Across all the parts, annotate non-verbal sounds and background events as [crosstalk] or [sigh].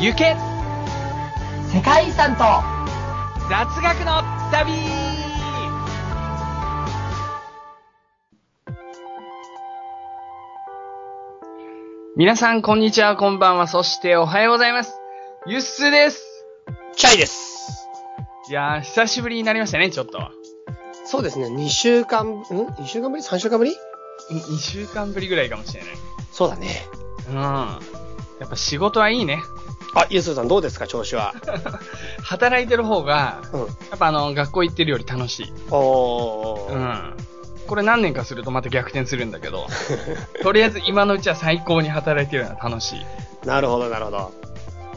行け世界遺産と雑学の旅皆さん、こんにちは、こんばんは、そしておはようございます。ゆっすーです。チャイです。いやー、久しぶりになりましたね、ちょっと。そうですね、2週間、ん ?2 週間ぶり ?3 週間ぶり2週間ぶりぐらいかもしれない。そうだね。うん。やっぱ仕事はいいね。あ、ゆうすーさんどうですか、調 [laughs] 子は。働いてる方が、うん。やっぱあの、学校行ってるより楽しい。おうー。ん。これ何年かするとまた逆転するんだけ [laughs] ど、とりあえず今のうちは最高に働いてるのは楽しい。なるほど、なるほど。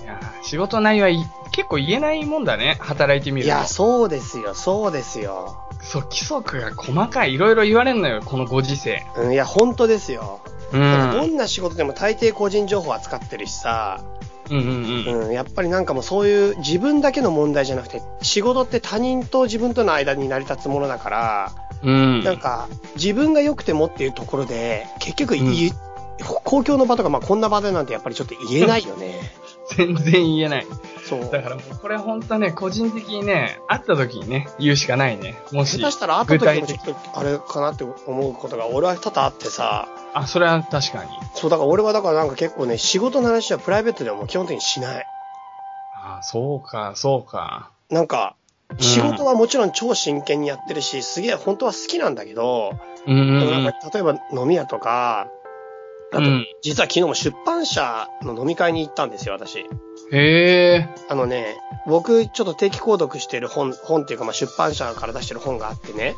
いやー仕事内容はい結構言えないもんだね、働いてみいると。や、そうですよ、そうですよ。そう、規則が細かい。いろいろ言われんのよ、このご時世。うんいや、本当ですよ。うどん。んな仕事でも大抵個人情報扱ってるしさ、うんうんうん。うん、やっぱりなんかもうそういう自分だけの問題じゃなくて、仕事って他人と自分との間に成り立つものだから、うん。なんか、自分が良くてもっていうところで、結局、うんい公共の場とか、まあ、こんな場でなんてやっぱりちょっと言えないよね。全然言えない。そう。だからもうこれほんとね、個人的にね、会った時にね、言うしかないね。もし下手、したら会った時も具体ちょっと、あれかなって思うことが、俺は多々あってさ、あ、それは確かに。そう、だから俺はだからなんか結構ね、仕事の話はプライベートではもう基本的にしない。あ、そうか、そうか。なんか、ん仕事はもちろん超真剣にやってるし、すげえ本当は好きなんだけど、うんうでんもうなんん。か例えば飲み屋とか、あとうん、実は昨日も出版社の飲み会に行ったんですよ、私。へえ。あのね、僕、ちょっと定期購読してる本、本っていうか、まあ、出版社から出してる本があってね、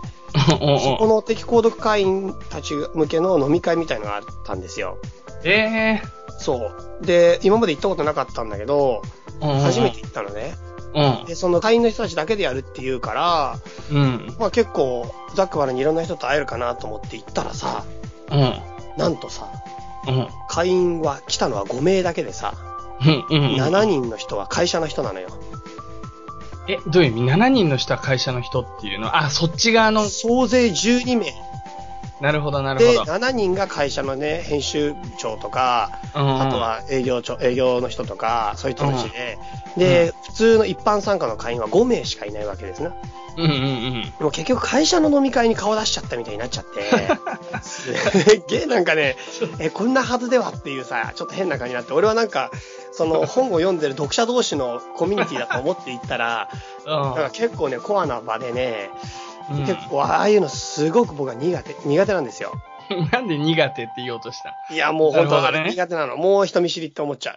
おそおこの定期購読会員たち向けの飲み会みたいのがあったんですよ。ええそう。で、今まで行ったことなかったんだけど、うん初めて。行ったのね。うんで、その会員の人たちだけでやるっていうから、うん。まあ結構、ざっくばらんにいろんな人と会えるかなと思って行ったらさ、うん。うん。なんとさ、うん。会員は来たのは5名だけでさ、うん。うん。 7人の人は会社の人なのよ。え、どういう意味 ?7 人の人は会社の人っていうのあ、そっち側の。総勢12名なるほど、なるほで、ど。 7人が会社のね、編集長とか、うんあとは営業長、営業の人とか、そういう人たちで、で、普通の一般参加の会員は5名しかいないわけですね。うんうんうん。もう結局会社の飲み会に顔出しちゃったみたいになっちゃって、すっげえなんかね、え、こんなはずではっていうさ、ちょっと変な感じになって、俺はなんか、その本を読んでる読者同士のコミュニティだと思って行っ [laughs] たら、なんか結構ね、コアな場でね、うん結構ああいうのすごく僕は苦手、苦手なんですよ。うん。 [laughs] なんで苦手って言おうとしたいや、もう本当、なるほどあねれ苦手なの。もう人見知りって思っちゃ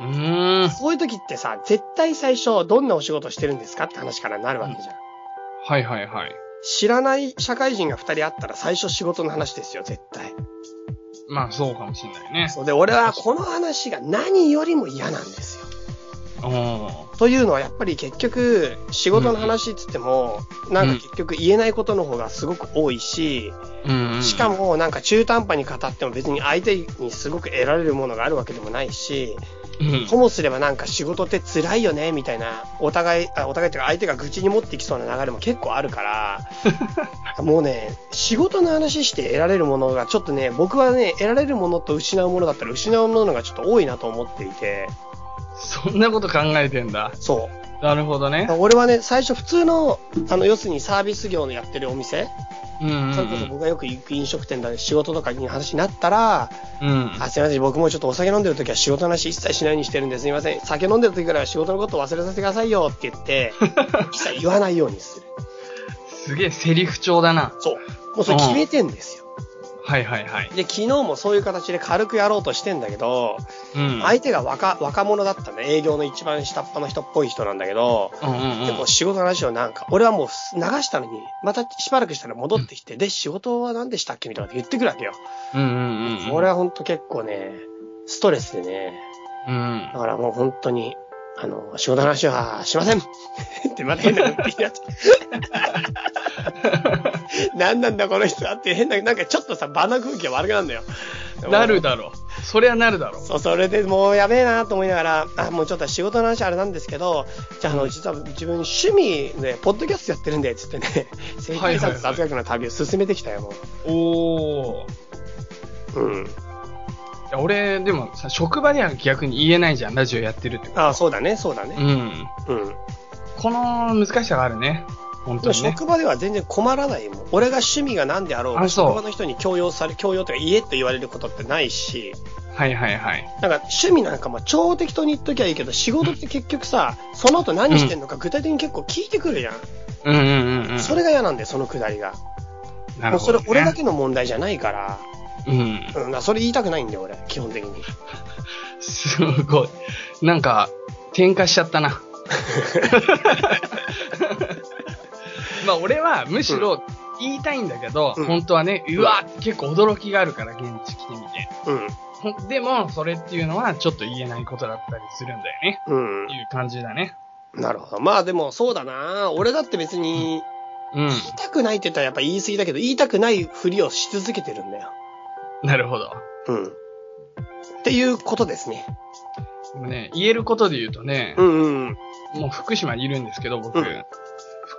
う。うーん。そういう時ってさ、絶対最初、どんなお仕事してるんですかって話からなるわけじゃん。はいはいはい。知らない社会人が二人あったら最初仕事の話ですよ、絶対。まあそうかもしんないね。そうで、俺はこの話が何よりも嫌なんですよ。うん。というのはやっぱり結局、仕事の話っつっても、なんか結局言えないことの方がすごく多いし、うんうん。しか。もなんか中途半端に語っても別に相手にすごく得られるものがあるわけでもないし、うん。ともすればなんか仕事って辛いよねみたいな、お互い、あお互いっていうか相手が愚痴に持ってきそうな流れも結構ある [laughs] から、もうね、仕事の話して得られるものがちょっとね、僕はね、得られるものと失うものだったら失うものがちょっと多いなと思っていて、そんなこと考えてんだ。そなるほどねう。。俺はね、最初普通の、あの、要するにサービス業のやってるお店、うんうんうん。それこそ僕がよく行く飲食店だね、仕事とかに話になったら、うん。あ、すいません、僕もちょっとお酒飲んでる時は仕事の話一切しないようにしてるんですいません、酒飲んでる時からいは仕事のこと忘れさせてくださいよって [laughs] 言って、一切言わないようにする。すげえセリフ調だな。そう。もうそれ決めてんですよ。はいはいはい。で、昨日もそういう形で軽くやろうとしてんだけど、うん。相手が若、若者だったんで、営業の一番下っ端の人っぽい人なんだけど、うんうんうん結構仕事の話をなんか、俺はもう流したのに、またしばらくしたら戻ってきて、で、仕事は何でしたっけみたいなこと言ってくるわけよ。うんうんうん。俺はほんと結構ね、ストレスでね、うんだ。からもう本当に、あの、仕事の話はしません [laughs] ってまた変なこと言ってやっちゃう [laughs] 何なんだこの人はって変な、なんかちょっとさ、場の空気が悪くなるんだよ。なるだろう。そりゃなるだろう。そう、それでもうやべえなと思いながら、あ、もうちょっと仕事の話あれなんですけど、じゃあ、あの、実は自分趣味で、ポッドキャストやってるんで、つってね、世はい界はいさはんいと雑学の旅を進めてきたよ、もおー。う。ういん。や俺、でもさ、職場では逆に言えないじゃん、ラジオやってるってこと。ああ、そうだね、そうだうね。ん。うん。この難しさがあるね。本で当もにね。職場では全然困らないもん。俺が趣味が何であろうが、あそう職場の人に強要され、強要というか、言えと言われることってないし、はいはいはい。なんか趣味なんかも超適当に言っときゃいいけど、仕事って結局さ、その後何してんのか具体的に結構聞いてくるじゃん。うんうんうんうん。それが嫌なんだよ、そのくだりが。なるもうそほれど、ね。俺だけの問題じゃないから、うん。うん、だからそれ言いたくないんだよ、俺、基本的に。すごい。なんか、転化しちゃった [laughs] な。まあ、俺はむしろ言いたいんだけど、うん本当はね、うわー結構驚きがあるから、現地来てみて。うほんでも、それっていうのはちょっと言えないことだったりするんだよね。ん、うんって。いう感じだね。なるほど。まあでも、そうだな。俺だって別に、うん言い。たくないって言ったらやっぱ言い過ぎだけど、言いたくないふりをし続けてるんだよ。なるほど。うん。っていうことですね。でもね、言えることで言うとねう、んうん。もう福島にいるんですけど、僕。うん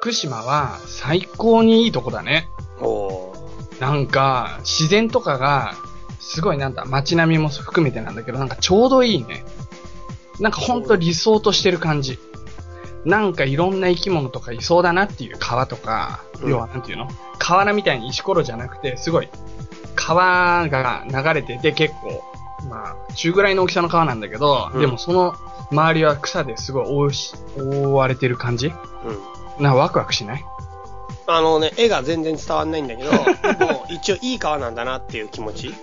福島は最高にいいとこだね。おーなんか、自然とかが、すごいなんだ、街並みも含めてなんだけど、なんかちょうどいいね。なんかほんと理想としてる感じ。なんかいろんな生き物とかいそうだなっていう川とか、うん要はなんていうの河原みたいに石ころじゃなくて、すごい、川が流れてて結構、まあ、中ぐらいの大きさの川なんだけど、うんでもその周りは草ですごい覆うし覆われてる感じうん。なんかワクワクしないあのね、絵が全然伝わんないんだけど、 [laughs] でも一応いい川なんだなっていう気持ち。い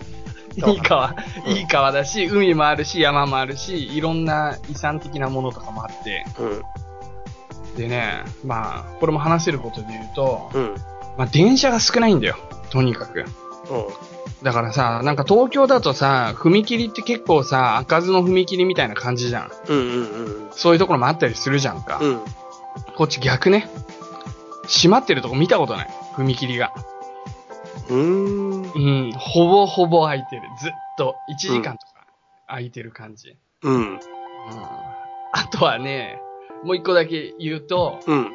い川、うんいい川だし、海もあるし、山もあるし、いろんな遺産的なものとかもあって。うん。でね、まあ、これも話せることで言うと、うん。うん。まあ、電車が少ないんだよ。とにかく。だからさ、なんか東京だとさ、踏切って結構さ、開かずの踏切みたいな感じじゃん。うんうんうん。そういうところもあったりするじゃんか。うん。こっち逆ね。閉まってるとこ見たことない。踏切が。うん。うん。うん、ほぼほぼ開いてる。ずっと、1時間とか開いてる感じ。うん。あとはね、もう一個だけ言うと、うん。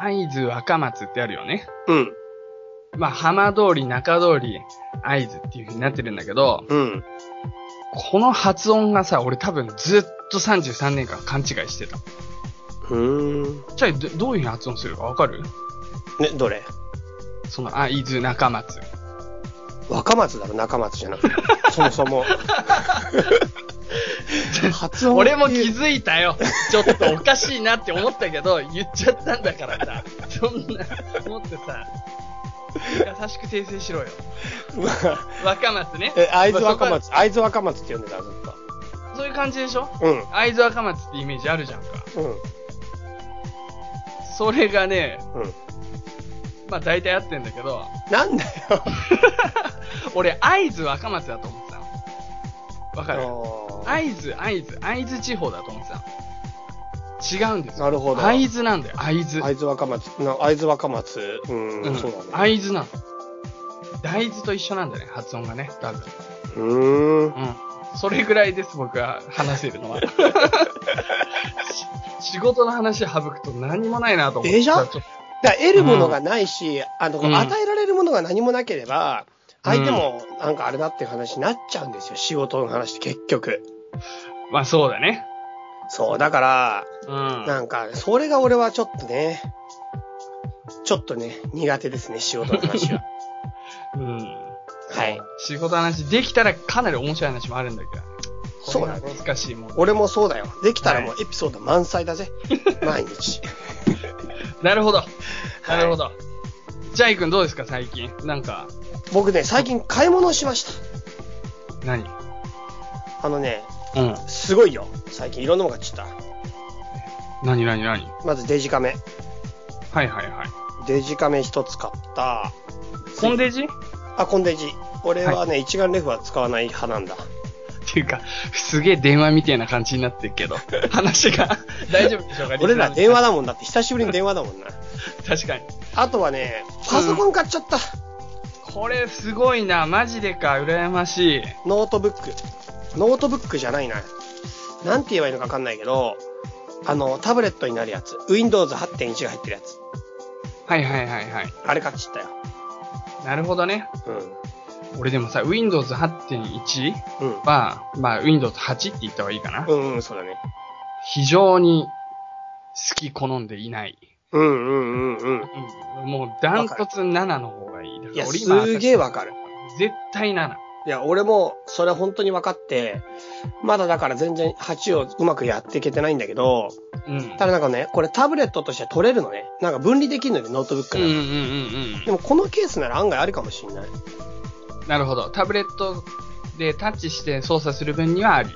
会津若松ってあるよね。うん。まあ、浜通り、中通り、会津っていう風になってるんだけど、うん。この発音がさ、俺多分ずっと33年間勘違いしてた。うん。じゃあ、どどういう風に発音するかわかるね、どれその、会津中松。若松だろ、中松じゃなくて。 [laughs] そもそも。発 [laughs] 音俺も気づいたよ。ちょっとおかしいなって思ったけど、言っちゃったんだからさ。そんな、思ってさ、優しく訂正しろよ。若松ね。 [laughs] え、会津若まあ松、会津若松って呼んでた、ずっそこはそういう感じでしょと。うん。会津若松ってイメージあるじゃんか。うん。それがね、うん。まあ大体合ってんだけ [laughs] ど、なんだよ。俺、会津若松だと思ってたの。わかるあ会津、会津、会津地方だと思ってたの。違うんですーよ。なるほど。会津なんだよ、会津。会津若松。な会津若松。うん、うんそうだね。会津なの。大豆と一緒なんだね、発音がね、多分。うーん。うん。それぐらいです、僕は話せる [laughs] のは。し仕事の話省くと何もないなと思って。でしょちょっとだから得るものがないし、あの、うん与えられるものが何もなければ、うん相手もなんかあれだっていう話になっちゃうんですよ。仕事の話って結局。まあそうだね。そう、だから、うん。なんか、それが俺はちょっとね、ちょっとね、苦手ですね、仕事の [laughs] 話は。うん。はい。仕事の話できたらかなり面白い話もあるんだけど。そうだねこれが難しいもんだ俺もそうだよ。できたらもうエピソード満載だぜ。毎日。なるほど。なるほど。ジャイ君どうですか最近。なんか、僕ね、最近買い物をしまし何た。あのね、うん。すごいよ。最近いろんなもの買っちゃっ何何何た。まずデジカメ。はいはいはい。デジカメ一つ買った。コンデジっあ、コンデジ。俺はね、一眼レフは使わない派なんだ。ていうか、すげえ電話みたいな感じになってる [laughs] けど、話が [laughs] 大丈夫でしょうか俺ら電話だ。だもんだって、久しぶりに電話だもんな。確かに。あとはね、パソコン買っちゃった。これすごいな。マジでか。羨ましい。ノートブック。ノートブックじゃないな。なんて言えばいいのかわかんないけど、あの、タブレットになるやつ。Windows 8.1が入ってるやつ。はいはいはいはい。あれ買っちゃったよ。なるほどね。うん。俺でもさ、Windows 8.1うん。は、まあ Windows 8って言った方がいいかな。うん、うん、そうだね。非常に好き好んでいない。うん、うん、うん、うん。もうダントツ7の方がいい。だからいや、俺今すげえわかる。絶対7。いや、俺も、それ本当に分かって、まだだから全然8をうまくやっていけてないんだけど、うん。ただなんかね、これタブレットとして取れるのね。なんか分離できるのよ、ノートブックうんなうんんかうんうんでもこのケースなら案外あるかもしんない。うん。なるほど。タブレットでタッチして操作する分にはあり。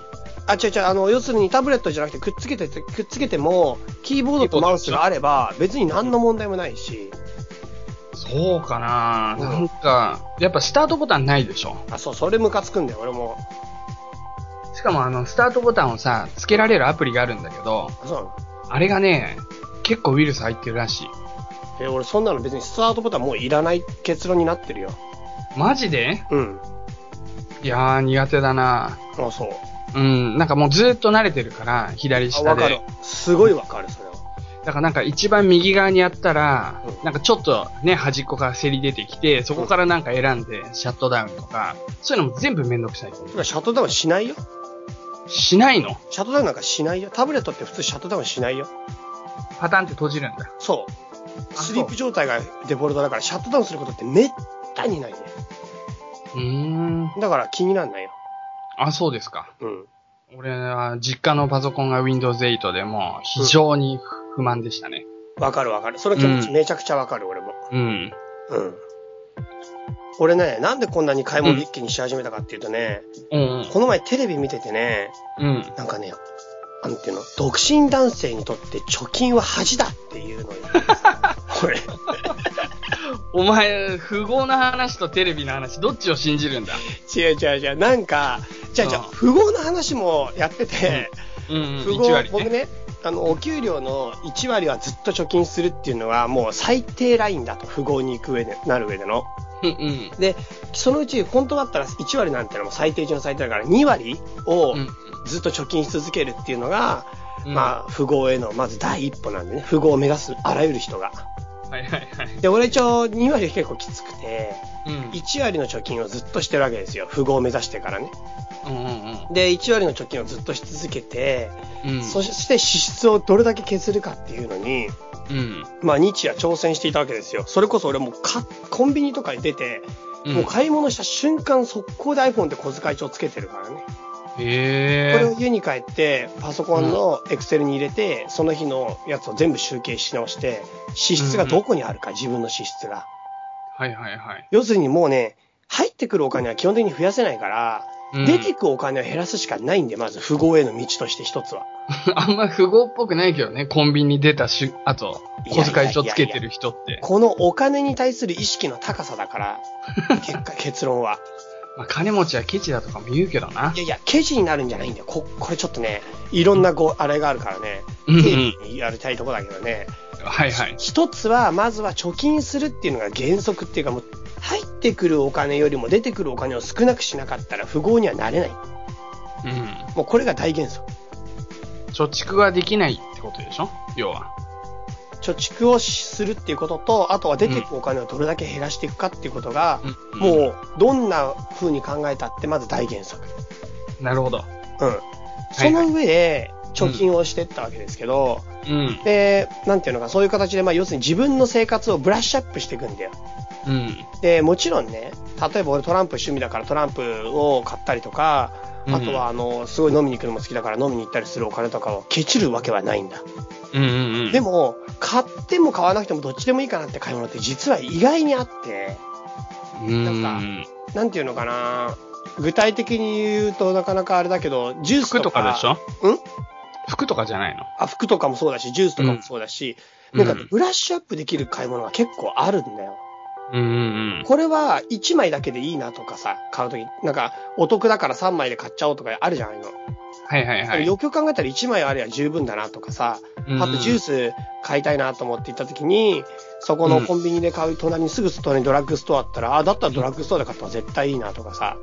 あ、違う違う、あの、要するにタブレットじゃなくてくっつけてて、くっつけても、キーボードとマウスがあれば、別に何の問題もないし、そうかなうんなんか、やっぱスタートボタンないでしょ。あ、そう、それムカつくんだよ、俺も。しかもあの、スタートボタンをさ、つけられるアプリがあるんだけど、あそうなのあれがね、結構ウイルス入ってるらしい。え、俺そんなの別にスタートボタンもういらない結論になってるよ。マジでうん。いやー、苦手だなあ、そう。うん、なんかもうずーっと慣れてるから、左あ、下わかでる。。すごいわかる、それは。だからなんか一番右側にやったらう、んなんかちょっとね、端っこからせり出てきて、そこからなんか選んで、シャットダウンとか、そういうのも全部めんどくさい。てかシャットダウンしないよ。しないのシャットダウンなんかしないよ。タブレットって普通シャットダウンしないよ。パタンって閉じるんだ。そう。あスリープ状態がデフォルトだから、シャットダウンすることってめったにないね。うーん。だから気になんないよ。あ、そうですか。うん。俺は実家のパソコンが Windows 8でもう非常に不満でしたね。わかるわかる。その気持ちうんめちゃくちゃわかる、俺も。うん。うん。俺ね、なんでこんなに買い物一気にし始めたかっていうとね、うん。この前テレビ見ててね、うん。なんかね、なんていうの、独身男性にとって貯金は恥だっていう [laughs] のよ。これ。お前、不合な話とテレビの話、どっちを信じるんだ違う違う違う。なんか、じゃあじゃうあ、ん富豪の話もやってて、うん、うん、1富豪、割ね僕ね、あの、お給料の1割はずっと貯金するっていうのは、もう最低ラインだと、富豪に行く上で、なる上での。うんうん。で、そのうち、本当だったら1割なんてのも最低中の最低だから、2割をうんずっと貯金し続けるっていうのが、うんまあ、富豪への、まず第一歩なんでね、富豪を目指す、あらゆる人が。はいはいはい。で、俺一応、2割結構きつくて、うん。 1割の貯金をずっとしてるわけですよ。富豪を目指してからね。うんうんで、1割の貯金をずっとし続けて、うん。うん。そして支出をどれだけ削るかっていうのに、うん。まあ日夜挑戦していたわけですよ。それこそ俺もうかコンビニとかに出て、うんもう買い物した瞬間速攻で iPhone で小遣い帳つけてるからね。へこれをえ。家に帰って、パソコンの Excel に入れて、その日のやつを全部集計し直して、支出がどこにあるか、自分の支出が。はいはいはい。要するにもうね、入ってくるお金は基本的に増やせないから、うん出てくお金を減らすしかないんで、まず富豪への道として一つは。 [laughs] あんま不合っぽくないけどね、コンビニ出たし、あと、小遣い帳つけてる人って。このお金に対する意識の高さ [laughs] だから、結果、結論は。まあ、金持ちはケチだとかも言うけどな。いやいや、ケチになるんじゃないんだよ。こ、これちょっとね、いろんなご、あれがあるからね、うんう丁ん寧にやりたいとこだけどね。はいはい。一つは、まずは貯金するっていうのが原則っていうか、もう、入ってくるお金よりも出てくるお金を少なくしなかったら富豪にはなれない。うん。もうこれが大原則。貯蓄はできないってことでしょ要は。貯蓄をするっていうことと、あとは出てくお金をどれだけ減らしていくかっていうことが、うんうんもう、どんな風に考えたって、まず大原則。なるほど。うん。その上で、貯金をしてったわけですけど、うん。で、なんていうのか、そういう形で、まあ、要するに自分の生活をブラッシュアップしていくんだよ。うん。で、もちろんね、例えば俺トランプ趣味だからトランプを買ったりとか、うんあとは、あの、すごい飲みに行くのも好きだから飲みに行ったりするお金とかをケチるわけはないんだ。うんうんうん。でも、買っても買わなくてもどっちでもいいかなって買い物って実は意外にあって、うん、なんなんていうのかな、具体的に言うとなかなかあれだけど、ジュース服ととか。かでしょうん服とかじゃないのあ、服とかもそうだし、ジュースとかもそうだし、うんなんかブラッシュアップできる買い物が結構あるんだよ。うんうんこれは1枚だけでいいなとかさ、買うとき、なんかお得だから3枚で買っちゃおうとかあるじゃないの。はいはいはい。よくよく考えたら1枚あれば十分だなとかさ、あとジュス。ース買いたいなと思って行ったときに、そこのコンビニで買う隣にすぐ隣にドラッグストアあったら、あ、だったらドラッグストアで買った方が絶対いいなとかさ、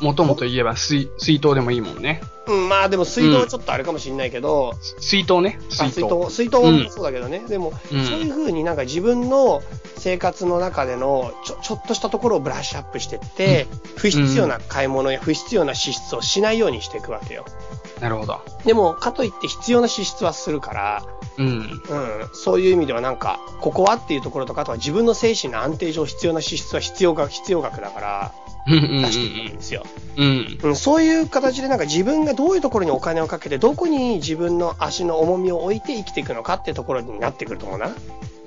もともと言えば水、水筒でもいいもんね。うん、まあでも水道はちょっとあれかもしれないけど、水筒ね。あ水筒。水筒、水筒うんはそうだけどね、でも、うんそういうふうになんか自分の生活の中でのちょちょっとしたところをブラッシュアップしてって、不必要な買い物や不必要な支出をしないようにしていくわけよ。なるほど。でも、かといって必要な支出はするから、うん。うん、そういう意味ではなんか、ここはっていうところとか、あとは自分の精神の安定上必要な支出は必要が必要額だからうんうん出していくわけですよ。うん。うん。うん、そういう形でなんか自分がどういうところにお金をかけて、どこに自分の足の重みを置いて生きていくのかってところになってくると思うな。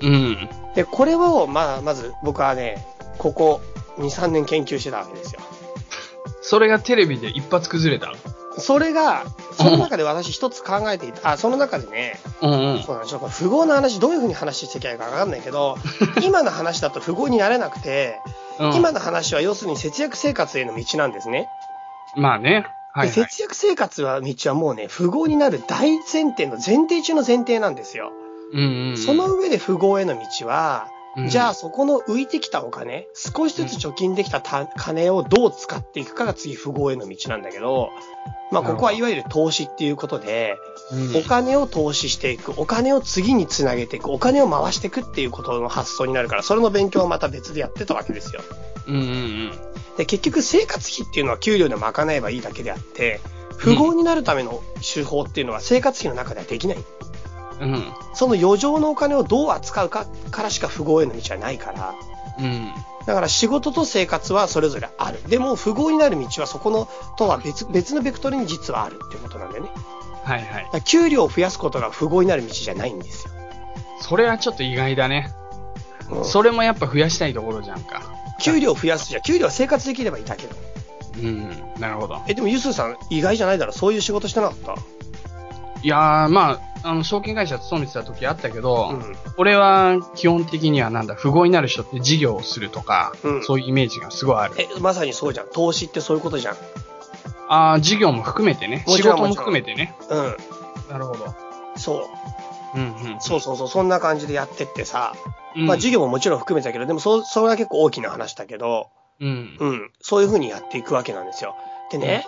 うん。で、これを、まあ、まず僕はね、ここ2、3年研究してたわけですよ。それがテレビで一発崩れた。それが、その中で私一つ考えていた、あ、その中でね、うんうん。そうなんですちょっと富豪の話、どういうふうに話していけばいいかわかんない [laughs] けど、今の話だと富豪になれなくて、うん、今の話は要するに節約生活への道なんですね。まあね。はい、ではい。節約生活は道はもうね、富豪になる大前提の前提中の前提なんですよ。うんうんうん。その上で富豪への道は、うんじゃあ、そこの浮いてきたお金、少しずつ貯金できたた金をどう使っていくかが次富豪への道なんだけど、まあここはいわゆる投資っていうことで、うんお金を投資していく、お金を次につなげていく、お金を回していくっていうことの発想になるから、それの勉強はまた別でやってたわけですよ。うんうんで、結局生活費っていうのは給料で賄えばいいだけであって、富豪になるための手法っていうのは生活費の中ではできない。うん。うん。その余剰のお金をどう扱うかからしか富豪への道はないから、うん。だから仕事と生活はそれぞれある。でも、富豪になる道はそこのとは別別のベクトルに実はあるっていうことなんだよね。だかはいはい。ら給料を増やすことが富豪になる道じゃないんですよ。それはちょっと意外だね。うんそれもやっぱ増やしたいところじゃんか。給料を増やすじゃ、給料は生活できればいいだけど。うん。なるほど。え、でもユスーさん意外じゃないだろそういう仕事してなかったいやー、まあ、あの、証券会社勤めてた時あったけど、うん。俺は基本的にはなんだ、富豪になる人って事業をするとか、うんそういうイメージがすごいある。え、まさにそうじゃん。投資ってそういうことじゃん。ああ、事業も含めてね。も仕ちろん事も含めてね。うん。なるほど。そうう。んうん。そうそうそう。そんな感じでやってってさ。うんまあ事業ももちろん含めてだけど、でもそ、それは結構大きな話だけど、うん。うん、そういう風にやっていくわけなんですよ。でね、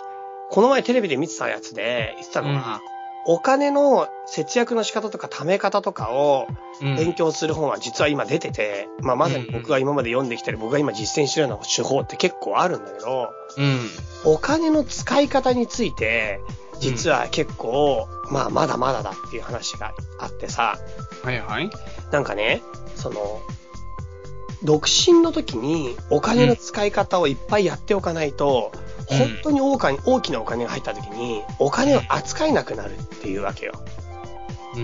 この前テレビで見てたやつで言ってたのが、お金の節約の仕方とか貯め方とかをうん勉強する本は実は今出てて、まあまさに僕が今まで読んできたり、僕が今実践してるような手法って結構あるんだけど、うん。お金の使い方について、実は結構、まあまだまだだっていう話があってさ、はいはい。なんかね、その、独身の時にお金の使い方をいっぱいやっておかないと、うん本当に大かに大きなお金が入った時に、お金を扱えなくなるっていうわけよ。うー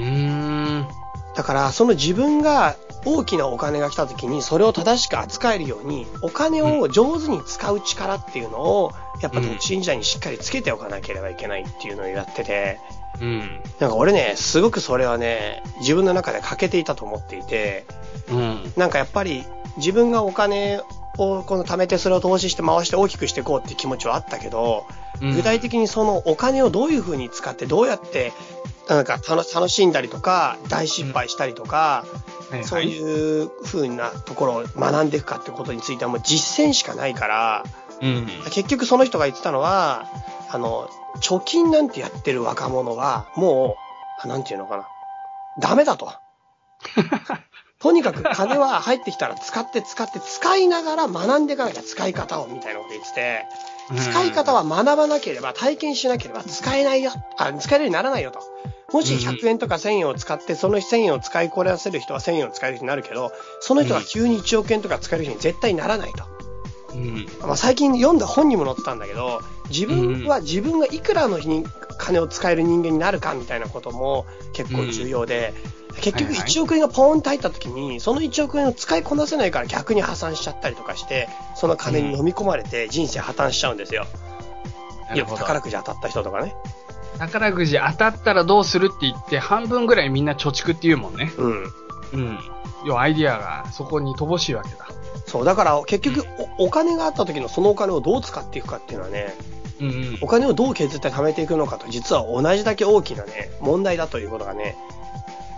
ん。だから、その自分が大きなお金が来た時に、それを正しく扱えるように、お金を上手に使う力っていうのを、やっぱ独身時代にしっかりつけておかなければいけないっていうのをやってて、うん。なんか俺ね、すごくそれはね、自分の中で欠けていたと思っていて、うん。なんかやっぱり自分がお金をこの貯めてそれを投資して回して大きくしていこうって気持ちはあったけど、具体的にそのお金をどういう風に使ってどうやってなんか楽楽しんだりとか大失敗したりとか、はいはいそういう風なところを学んでいくかってことについてはもう実践しかないからうん。結局その人が言ってたのはあの貯金なんてやってる若者はもうあなんていうのかなダメだと。 [laughs] とにかく金は入ってきたら使って使って使いながら学んでいかなきゃ使い方をみたいなこと言ってて、使い方は、は学ばなければ体験しなければ使えないよ、あ、使えるようにならないよと。もしうん100円とか1000円を使って、その1000円を使いこなせる人は1000円を使える人になるけど、その人が急に1億円とか使える人に絶対ならないと。うん。まあ、最近読んだ本にも載ってたんだけど、自分は自分がいくらの日に金を使える人間になるかみたいなことも結構重要で、結局はいはい1億円がポーンと入った時に、その1億円を使いこなせないから逆に破産しちゃったりとかして、その金に飲み込まれて人生破綻しちゃうんですよ。なよるくほど宝くじ当たった人とかね。宝くじ当たったらどうするって言って、半分ぐらいみんな貯蓄って言うもんね。うん。うん。要はアイディアがそこに乏しいわけだ。そう、だから結局おお金があった時のそのお金をどう使っていくかっていうのはね、うんうんお。金をどう削って貯めていくのかと実は同じだけ大きなね問題だということがね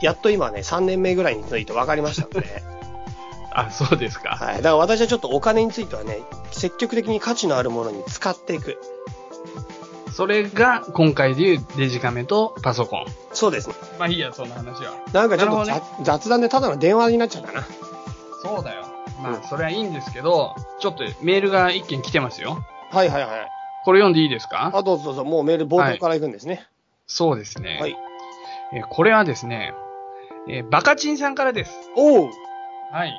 やっと今ね3年目ぐらいについて分かりましたので [laughs] あ、そうですか。はい。だから私はちょっとお金についてはね、積極的に価値のあるものに使っていく。それが今回でいうデジカメとパソコン。そうですね。まあいいや、その話は。なんかちょっとなるざ雑談でただの電話になっちゃったな。そうだよ。まうんあ、それはいいんですけど、ちょっとメールが一件来てますよ。はいはいはい。これ読んでいいですかあ、どうぞどうぞ、もうメール冒頭から行くんですね。そうですね。はい。えーこれはですね、えーバカチンさんからです。おうはい。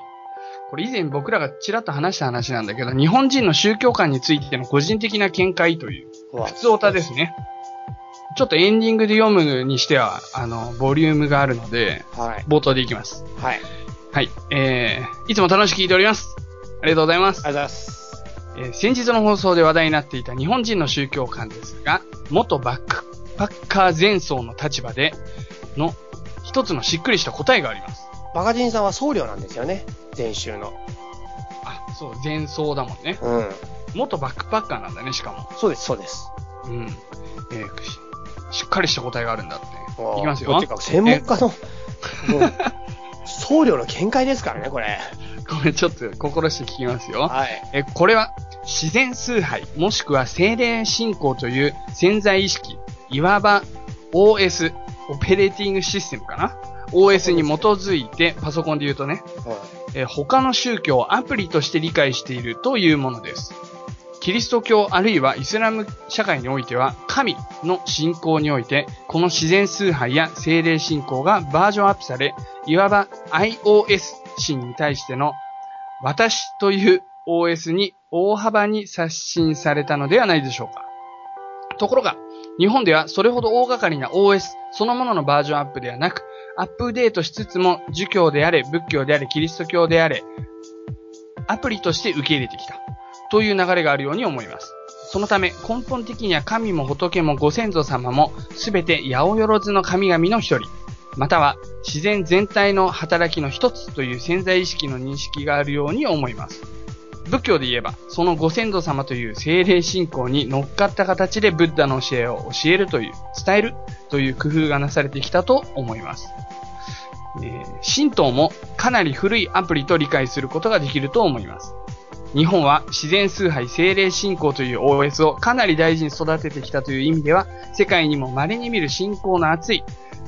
これ以前僕らがちらっと話した話なんだけど、日本人の宗教観についての個人的な見解という、うわ普通オタですね。ちょっとエンディングで読むにしては、あの、ボリュームがあるので、はい。冒頭でいきます。はい。ありがとはい。えー、いつも楽しく聞いております。ありがとうございますう。ございます。えー先日の放送で話題になっていた日本人の宗教観ですが、元バックパッカー前奏の立場での一つのしっくりした答えがあります。バカジンさんは僧侶なんですよね。前週の。あ、そう、前奏だもんね。うん。元バックパッカーなんだね、しかも。そうです、そうです。うん。えーししっかりした答えがあるんだって。おういきますよこれ。っていうか、専門家の、もう僧侶の見解ですからね、これ。 [laughs] ごめん、ちょっと心して聞きますよ。はい。え、これは自然崇拝、もしくは精霊信仰という潜在意識、いわば OS、オペレーティングシステムかな ?OS に基づいて、パソコンで言うとね、えー他の宗教をアプリとして理解しているというものです。キリスト教あるいはイスラム社会においては神の信仰においてこの自然崇拝や精霊信仰がバージョンアップされいわば iOS 神に対しての私という OS に大幅に刷新されたのではないでしょうか。ところが日本ではそれほど大掛かりな OS そのもののバージョンアップではなくアップデートしつつも、儒教であれ、仏教であれ、キリスト教であれ、アプリとして受け入れてきた。という流れがあるように思います。そのため、根本的には神も仏もご先祖様も、すべて八百万の神々の一人、または自然全体の働きの一つという潜在意識の認識があるように思います。仏教で言えば、そのご先祖様という精霊信仰に乗っかった形でブッダの教えを教えるという、伝えるという工夫がなされてきたと思います。えー神道もかなり古いアプリと理解することができると思います。日本は自然崇拝精霊信仰という OS をかなり大事に育ててきたという意味では、世界にも稀に見る信仰の厚い、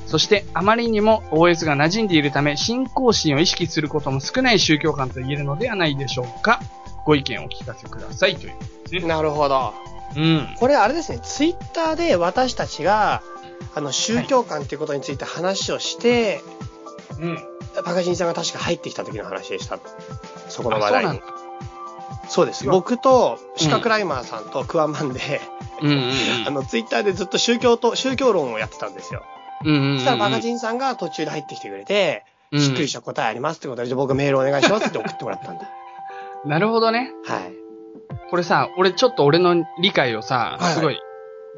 そしてあまりにも OS が馴染んでいるため、信仰心を意識することも少ない宗教観と言えるのではないでしょうか。ご意見をお聞かせくださいという。なるほど。うん。これあれですね、ツイッターで私たちが、あの、宗教観っていうことについて話をして、うん。バカジンさんが確か入ってきた時の話でした。そこのあ、話そう題なんにだ。。そうです。僕と、シカクライマーさんとクワマンで、うんうんうん。あの、ツイッターでずっと宗教と、宗教論をやってたんですよ。うんうんうんうん。そしたらバカジンさんが途中で入ってきてくれて、うんしっくりした答えありますってことで、じゃあ僕メールお願いしますって送ってもらったんだ。なるほどね。はい。これさ、俺ちょっと俺の理解をさは、いはいすごい、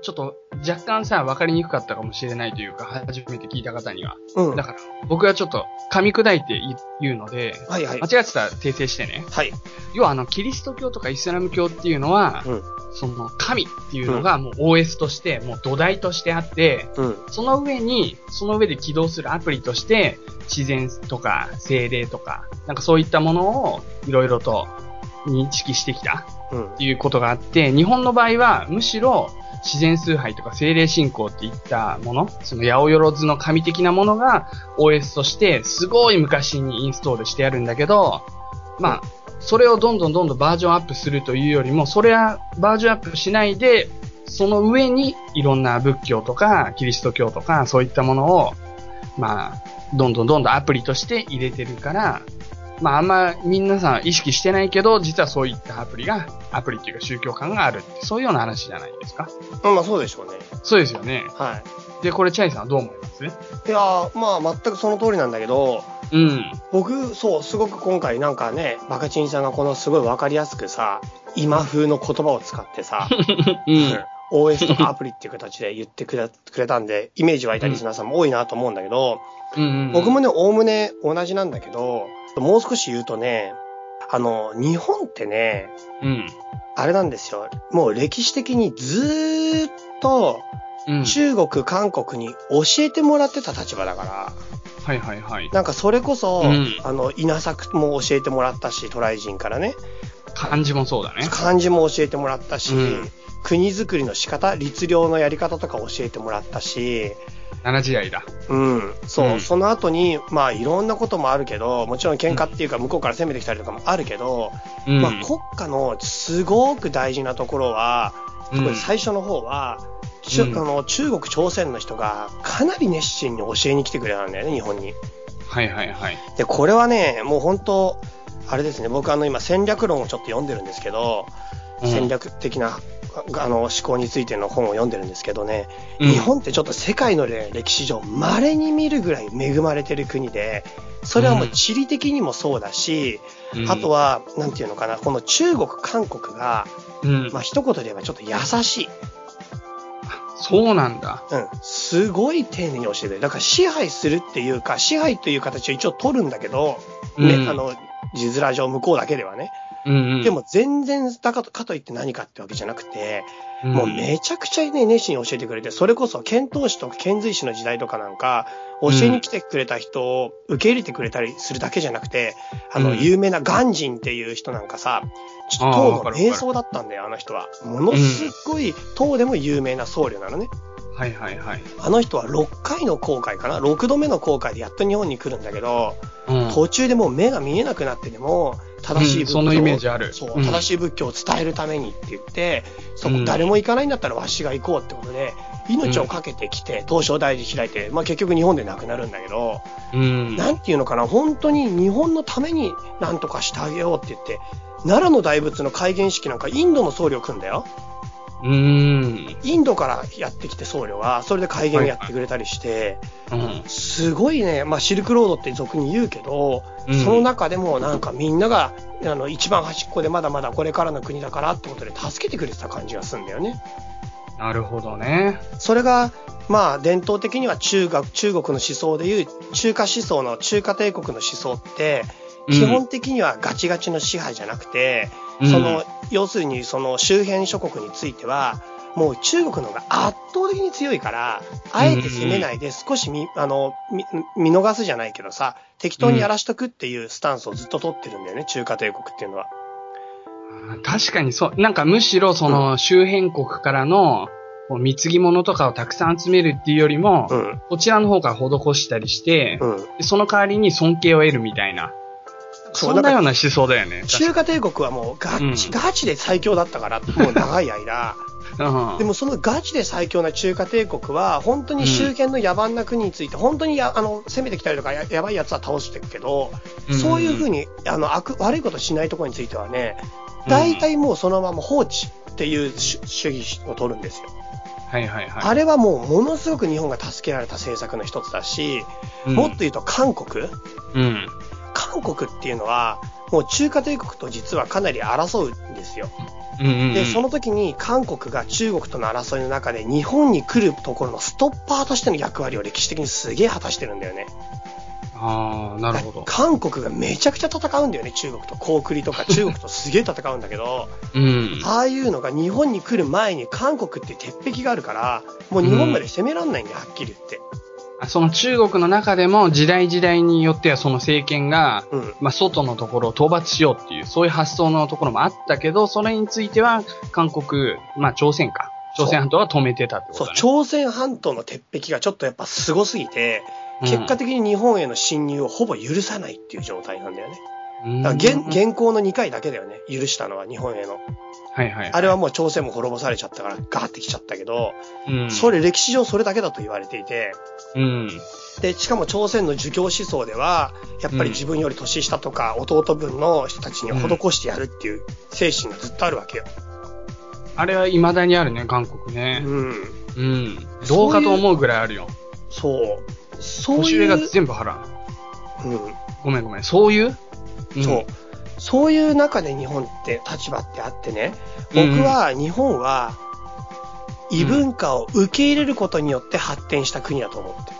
ちょっと若干さ、分かりにくかったかもしれないというか、初めて聞いた方には。うん。だはから、僕がちょっと噛み砕いて言言うので、いはい。間違ってたら訂正してね。はい。要はあの、キリスト教とかイスラム教っていうのは、うんその神っていうのがもう OS として、もう土台としてあって、うん。その上に、その上で起動するアプリとして、自然とか精霊とか、なんかそういったものをいろいろと認識してきたうんっ。ていうことがあって、日本の場合はむしろ自然崇拝とか精霊信仰っていったもの、その八百万の神的なものが OS としてすごい昔にインストールしてあるんだけど、まあ、それをどんどんどんどんバージョンアップするというよりも、それはバージョンアップしないで、その上にいろんな仏教とかキリスト教とかそういったものを、まあ、どんどんどんどんアプリとして入れてるから、まああんま皆さん意識してないけど、実はそういったアプリが、アプリっていうか宗教観があるって、そういうような話じゃないですか。うんまあそうでしょうね。そうですよね。はい。で、これチャイさんはどう思いますいやーまあ全くその通りなんだけど、うん。僕、そう、すごく今回なんかね、バカチンさんがこのすごいわかりやすくさ、今風の言葉を使ってさ、うん。 OS とかアプリっていう形で言ってくれくれたんで、イメージ湧いたリスナーさんも多いなと思うんだけど、うん。僕もね、おおむね同じなんだけど、もう少し言うとね、あの、日本ってね、うん。あれなんですよ。もう歴史的にずーっとうん。中国、韓国に教えてもらってた立場だから、はいはいはい。なんかそれこそ、うんあの稲作も教えてもらったし、渡来人からね、漢字もそうだね。漢字も教えてもらったし、うん国づくりの仕方、律令のやり方とか教えてもらったし、奈良時代だ。うん、そう、うんその後に、まあいろんなこともあるけど、もちろん喧嘩っていうか向こうから攻めてきたりとかもあるけど、うん。まあ国家のすごく大事なところは、うん特に最初の方は、ちゅうんあの中国、朝鮮の人がかなり熱心に教えに来てくれたんだよね、日本に。はいはいはい。で、これはね、もう本当、あれですね、僕あの今戦略論をちょっと読んでるんですけど、うん戦略的なああの思考についての本を読んでるんですけどね、うん日本ってちょっと世界のね歴史上稀に見るぐらい恵まれてる国で、それはもう地理的にもそうだし、うんあとは、なんていうのかな、この中国、韓国が、うん。まあ一言で言えばちょっと優しい。そうなんだ。うん。すごい丁寧に教えてる。だから支配するっていうか、支配という形を一応取るんだけど、ね、うんあの、字面上向こうだけではね。うん、うん。で、も全然だかと、かといって何かってわけじゃなくて、ん、もうめちゃくちゃね、熱心に教えてくれて、それこそ遣唐使とか遣隋使の時代とかなんか、教えに来てくれた人を受け入れてくれたりするだけじゃなくて、あうの、ん有名な鑑真っていう人なんかさ、ちょっあとーわか唐のるわかる瞑想だったんだよ、あの人は。ものすっごい、唐でも有名な僧侶なのね。はいはいはい。あの人は6回の航海かな ?6 度目の航海でやっと日本に来るんだけど、うん。途中でもう目が見えなくなってでも、正しいうん仏教そを、のイメージあるそう、うん正しい仏教を伝えるためにって言って、そこうん誰も行かないんだったらわしが行こうってことで、命を懸けてきて、東証大寺開いて、まあ結局日本で亡くなるんだけど、うん。なんていうのかな、本当に日本のために何とかしてあげようって言って、奈良の大仏の開元式なんかインドの僧侶来んだよ。うーん。インドからやってきて僧侶は、それで開元をやってくれたりして、うん。すごいね、まあ、シルクロードって俗に言うけど、うんその中でもなんかみんながあの一番端っこでまだまだこれからの国だからってことで助けてくれてた感じがするんだよね。なるほどね。それが、まあ、伝統的には中学中国の思想でいう中華思想の中華帝国の思想ってうん基本的にはガチガチの支配じゃなくて、うんその要するにその周辺諸国についてはもう中国の方が圧倒的に強いからあえて攻めないで少し見あの見見逃すじゃないけどさ適当にやらしとくっていうスタンスをずっと取ってるんだよね中華帝国っていうのは。あ確かにそう、なんかむしろその周辺国からのこう貢ぎ物とかをたくさん集めるっていうよりも、うんこちらの方から施したりして、うん、その代わりに尊敬を得るみたいな、そんなような思想だよね。中華帝国はもうガチ、うんガチで最強だったから、もう長 [laughs] い間。確かでもそのガチで最強な中華帝国は、本当に周辺の野蛮な国について、本当にやあの攻めてきたりとかや、やばいやつは倒していくけど、うんそういうふうにあの悪悪いことしないところについてはね、大体もうそのまま放置っていう主主義を取るんですよ。うんはいはいはい。あれはもうものすごく日本が助けられた政策の一つだし、うんもっと言うと韓国、うん。韓国っていうのは、もう中華帝国と実はかなり争うんですよ。うんうんうんで、その時に韓国が中国との争いの中で日本に来るところのストッパーとしての役割を歴史的にすげえ果たしてるんだよね。ああ、なるほど。韓国がめちゃくちゃ戦うんだよね、中国と。コウクリと [laughs] か中国とすげえ戦うんだけど、うん。ああいうのが日本に来る前に韓国って鉄壁があるから、もう日本まで攻めらんないんだよ、はっきり言って。あその中国の中でも時代時代によってはその政権が、うん。まあ、外のところを討伐しようっていう、そういう発想のところもあったけど、それについては、韓国、まあ、朝鮮か。朝鮮半島は止めてたってこそとうだ、ね。朝鮮半島の鉄壁がちょっとやっぱすごすぎて、うん結果的に日本への侵入をほぼ許さないっていう状態なんだよね。うんだから現現行の2回だけだよね。許したのは日本への。はいはい。あれはもう朝鮮も滅ぼされちゃったからガーってきちゃったけど、うん。それ歴史上それだけだと言われていて、うん。で、しかも朝鮮の儒教思想では、やっぱり自分より年下とか弟分の人たちに施してやるっていう精神がずっとあるわけよ。あれは未だにあるね、韓国ね。うん。うん。どうかと思うぐらいあるよ。そう。そう年い上う。が全部払う。うん。ごめんごめん。そういう、んそう。。そういう中で日本って立場ってあってね、うん僕は日本は異文化を受け入れることによって発展した国だと思ってる。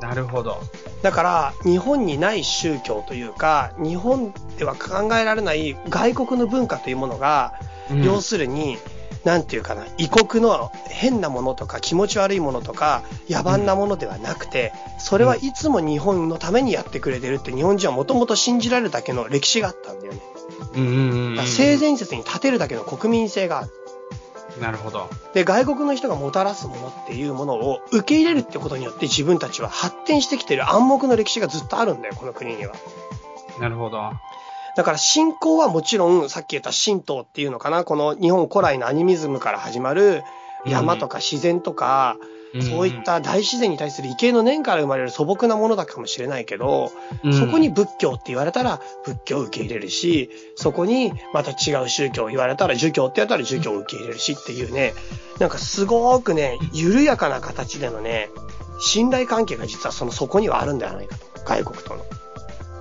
なるほど。だから日本にない宗教というか、日本では考えられない外国の文化というものが、うん要するになんていうかな、異国の変なものとか気持ち悪いものとか野蛮なものではなくて、それはいつも日本のためにやってくれてるって日本人はもともと信じられるだけの歴史があったんだよね。うんうんうんうん。性善説に立てるだけの国民性がある。なるほど。で、外国の人がもたらすものっていうものを受け入れるってことによって自分たちは発展してきてる暗黙の歴史がずっとあるんだよ、この国には。なるほど。だから信仰はもちろん、さっき言った神道っていうのかな、この日本古来のアニミズムから始まる山とか自然とか、そういった大自然に対する畏敬の念から生まれる素朴なものだかもしれないけど、うんそこに仏教って言われたら仏教を受け入れるし、そこにまた違う宗教を言われたら儒教ってやったら儒教を受け入れるしっていうね、なんかすごくね、緩やかな形でのね、信頼関係が実はそのそこにはあるんではないかと。外国との。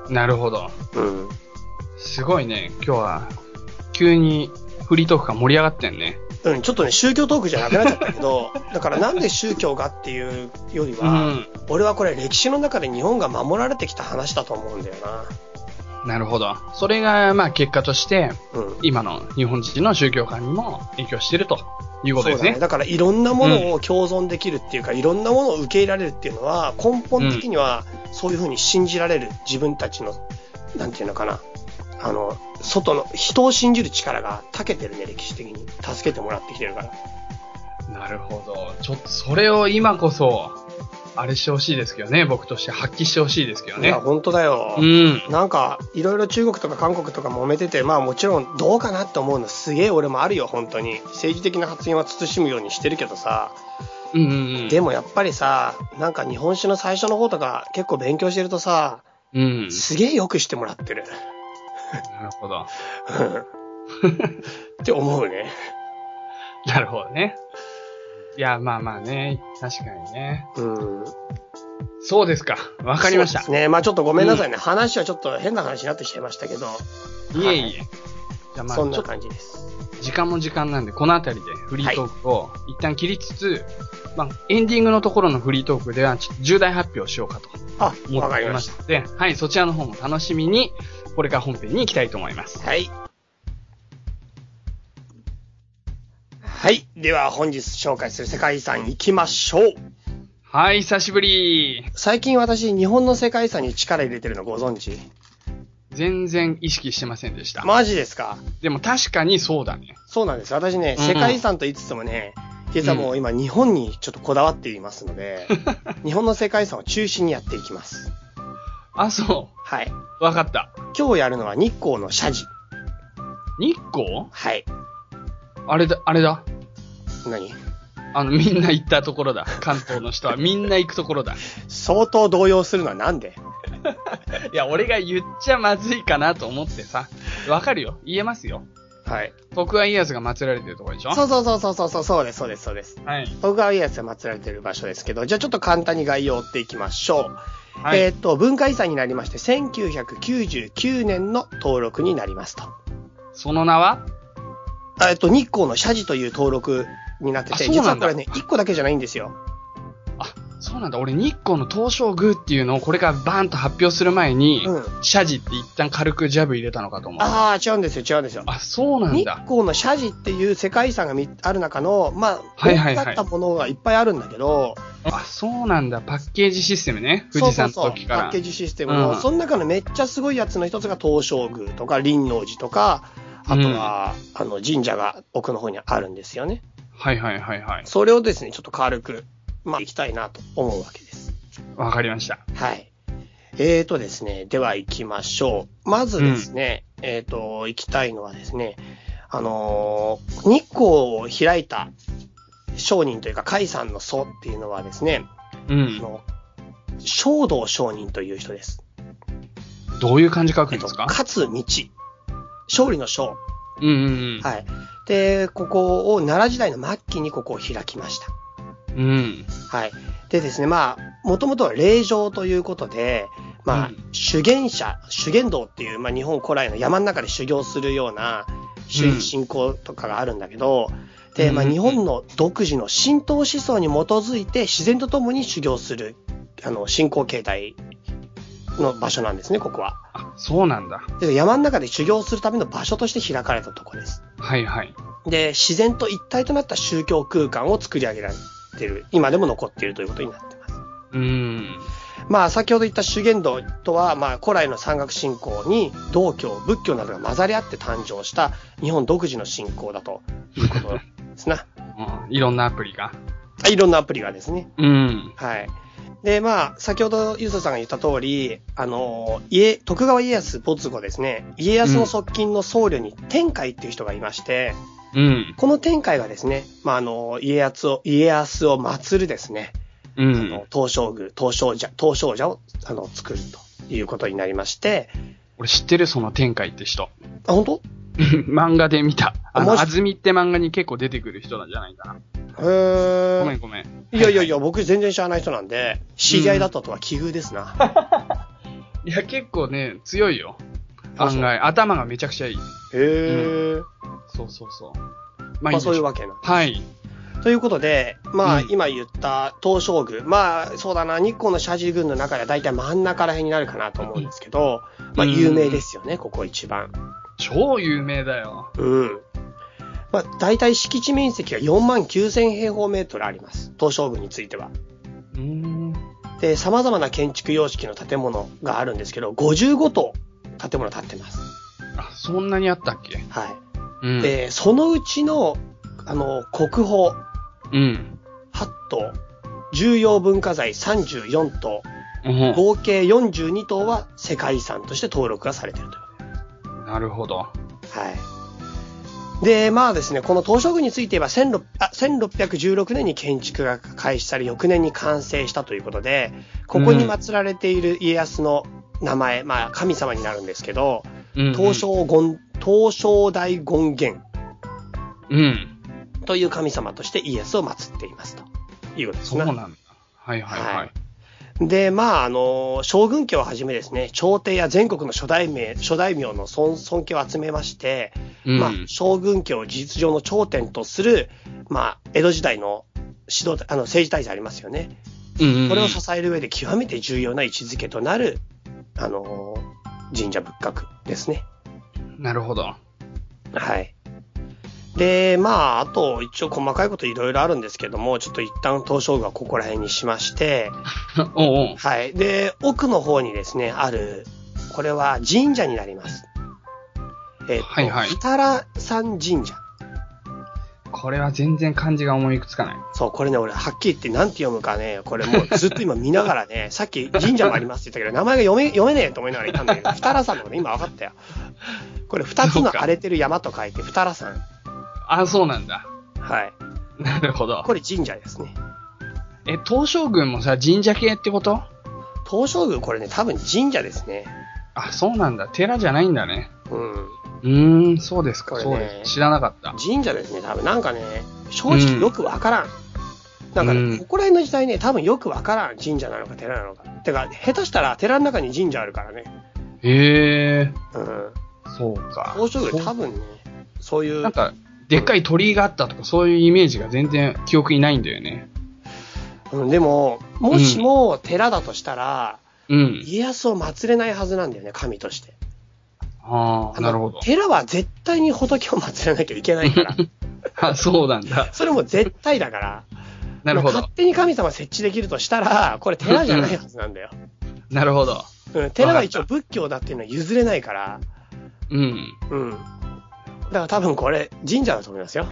なるほど。うん。すごいね、今日は、急にフリートークが盛り上がってんね。うん、ちょっとね、宗教トークじゃなくなっちゃったけ [laughs] ど、だからなんで宗教がっていうよりうは、ん。俺はこれ歴史の中で日本が守られてきた話だと思うんだよなるほど。それが、まあ結果として、な。うん。今の日本人の宗教観にも影響してるということですそうね。だね。だからいろんなものを共存できるっていうか、いろんなものを受け入れられるっていうのは、根本的にはそういうふうに信じられる自分たちの、なんていうのかな。あの、外の、人を信じる力が長けてるね、歴史的に。助けてもらってきてるから。なるほど。ちょっとそれを今こそ、あれしてほしいですけどね。僕として発揮してほしいですけどいや、ね。本当だよ。うん。なんか、いろいろ中国とか韓国とか揉めてて、まあもちろんどうかなって思うのすげえ俺もあるよ、本当に。政治的な発言は慎むようにしてるけどさ、うんうんうん。でもやっぱりさ、なんか日本史の最初の方とか結構勉強してるとさ、うん。すげえよくしてもらってる。 [laughs] なるほど。って思うね。なるほどね。いや、まあまあね。確かにね。うん。そうですか。わかりました。そうですね。まあちょっとごめんなさいね。話はちょっと変な話になってきちゃいましたけど、いえいえ。じゃあまあ、ちそんょなっと感じです。時間も時間なんで、このあたりでフリートークを一旦切りつつ、まあ、エンディングのところのフリートークでは、ちょっと重大発表をしようかとあ、思わかってりいままししたので、はい、そちらの方も楽しみに、これから本編に行きたいと思います。た。はい。はい。では本日紹介する世界遺産行きましょう。はい、久しぶり最近私、日本の世界遺産に力入れてるのご存知全然意識してませんでした。マジですかでも確かにそうだね。そうなんです。私ね、うん世界遺産と言いつつもね、実はもう今日本にちょっとこだわっています [laughs] ので、日本の世界遺産を中心にやっていきます。あ、そはい。う。わかった。今日やるのは日光の社寺。日光はい。あれだ、あれだ。何あの、みんな行ったところだ。 [laughs] 関東の人はみんな行くところだ。相当動揺するのはなんでいや、俺が言っちゃまずいかなと思ってさ。わかるよ。言えますよ。はい。徳川家康が祀られてるところでしょそうそうそうそうそうそう、そうです、そうです、そうです。はい。徳川家康が祀られている場所ですけど、じゃあちょっと簡単に概要を追っていきましょう。はい。えっ、と、文化遺産になりまして、1999年の登録になりますと。その名はえっと、日光の社寺という登録になってあて、そうなんだ実はこれね、1個だけじゃないんですよ。あ、そうなんだ。俺、日光の東照宮っていうのをこれからバーンと発表する前に、うん謝辞って一旦軽くジャブ入れたのかと思う。あ、ああ、違うんですよ、違うんですよ。そうなん日だ。光の社寺っていう世界遺産がみある中の、まあ、はいはいはい多くなったものがいっぱいあるんだけど、あ、そうなんだ。パッケージシステムね。富士山そうのそうそ時うかパら。ッケージシステムの、うんその中のめっちゃすごいやつの一つが東照宮とか輪王寺とか、あとは、あの神社が奥の方にあるんですよね。はいはいはいはい。それをですね、ちょっと軽く、まあ、いきたいなと思うわけです。わかりました。はい。えーとですね、では行きましょう。まずですね、えーと、行きたいのはですね、あのー日光を開いた商人というか、海さんの祖っていうのはですね、うあん。の、正道商人という人です。どういう漢字書くえんっでと、すか、勝つ道。勝利の勝。うんうんはい。で、ここを奈良時代の末期にここを開きました。うん。うん。はい。でですね、まあ、もともとは霊場ということで、まあうん、修験者、修験道っていう、まあ、日本古来の山の中で修行するような、う修ん信仰とかがあるんだけど、で、まあ、うん日本の独自の神道思想に基づいて、自然とともに修行する、あの、信仰形態の場所なんですね、ここは。あ、そうなんだ。で山の中で修行するための場所として開かれたとこです。はいはい。で、自然と一体となった宗教空間を作り上げられてる。今でも残っているということになってます。うん。まあ、先ほど言った修験道とは、まあ、古来の山岳信仰に道教、仏教などが混ざり合って誕生した日本独自の信仰だということですな。 [laughs] うんいろんなアプリが。あいろんなアプリがですね。うん。はい。で、まあ、先ほどゆうささんが言った通り、あの、家、徳川家康没後ですね、家康の側近の僧侶に天海っていう人がいまして、うん。この天海がですね、まあ、あの、家康を、家康を祀るですね、うあのん。東照宮、東照社、東照社を、あの、作るということになりまして、俺知ってる、その天海って人。あ、本 [laughs] 漫画で見た。あの、マジあずみって漫画に結構出てくる人なんじゃないか当な。ごへめえん。ごめん。いやいやいや、僕全然知らない人なんで、知り合いだったとは奇遇ですな。いや、結構ね、強いよ。あそ案う外、頭がめちゃくちゃいい。へえ。そうそうそう。ままあそういうわわけなんです。はい。ということで、まあ、うん今言った東照宮、まあそうだな、日光の社寺群の中では大体真ん中ら辺になるかなと思うんですけど、まあうん有名ですよね、ここ一番。超有名だよ。うん。まあ大体敷地面積が4万9000平方メートルあります、東照宮については。うーん。で、様々な建築様式の建物があるんですけど、55棟建物建ってます。あ、そんなにあったっけはい。うん。で、そのうちの、あの、国宝うん。 8棟、重要文化財34棟、うん。合計42棟は世界遺産として登録がされているというこなるほど。と。はい。で、まあですね、この東照宮について言えば16あ1616年に建築が開始され、翌年に完成したということで、ここに祀られている家康の名前、まあ神様になるんですけど、うん、東照権東照大権現うん。という神様として家康を祀っていますということですそうね。なんだ。はいはいはい。はいで、まあ、あの、将軍家をはじめですね、朝廷や全国の諸大名、諸大名の尊尊敬を集めまして、うん。まあ、将軍家を事実上の頂点とする、まあ、江戸時代の指導、あの、政治体制ありますよね。うんうん、これを支える上で極めて重要な位置づけとなる、あの、神社仏閣ですね。なるほど。 [laughs] はい。で、まあ、あと、一応細かいこといろいろあるんですけども、ちょっと一旦東照宮はここら辺にしまして、おうおう。はい。で、奥の方にですね、ある、これは神社になります。えっ、と、はいはいはたら山神社。これは全然漢字が思いつかない。そう、これね、俺、はっきり言って何て読むかね、これもうずっと今見ながら [laughs] ね、さっき神社もありますって言ったけど、名前が読め、読めねえと思いながら言ったんだけど、二良山のこと今分かったよ。これ、二つの荒れてる山と書いて、二良山。あ、そうなんだ。はい。なるほど。これ神社ですね。え、東照宮もさ、神社系ってこと東照宮、これね、多分神社ですね。あ、そうなんだ。寺じゃないんだね。うん。うーん、そうですか。これねそうです。知らなかった。神社ですね、多分。なんかね、正直よくわからん。なんかね、うんここら辺の時代ね、多分よくわからん。神社なのか寺なのか。てか、下手したら寺の中に神社あるからね。へえうん。ー、そうか。東照宮多分分ね、そういうなん、か、でっかい鳥居があったとか、そういうイメージが全然記憶にないんだよね。うん、でも、もしも寺だとしたら、うん。家康を祀れないはずなんだよね、神として。あああ、のなるほど。寺は絶対に仏を祀らなきゃいけな [laughs] いから。あ、そうなんだ。それも絶対だから。なるほまあど勝。手に神様設置できるとしたら、これ寺じゃないはずなんだよ。なるほど。うん、寺は一応仏教だっていうのは譲れないから。うん。うん。だから多分これ、神社だと思いますよ。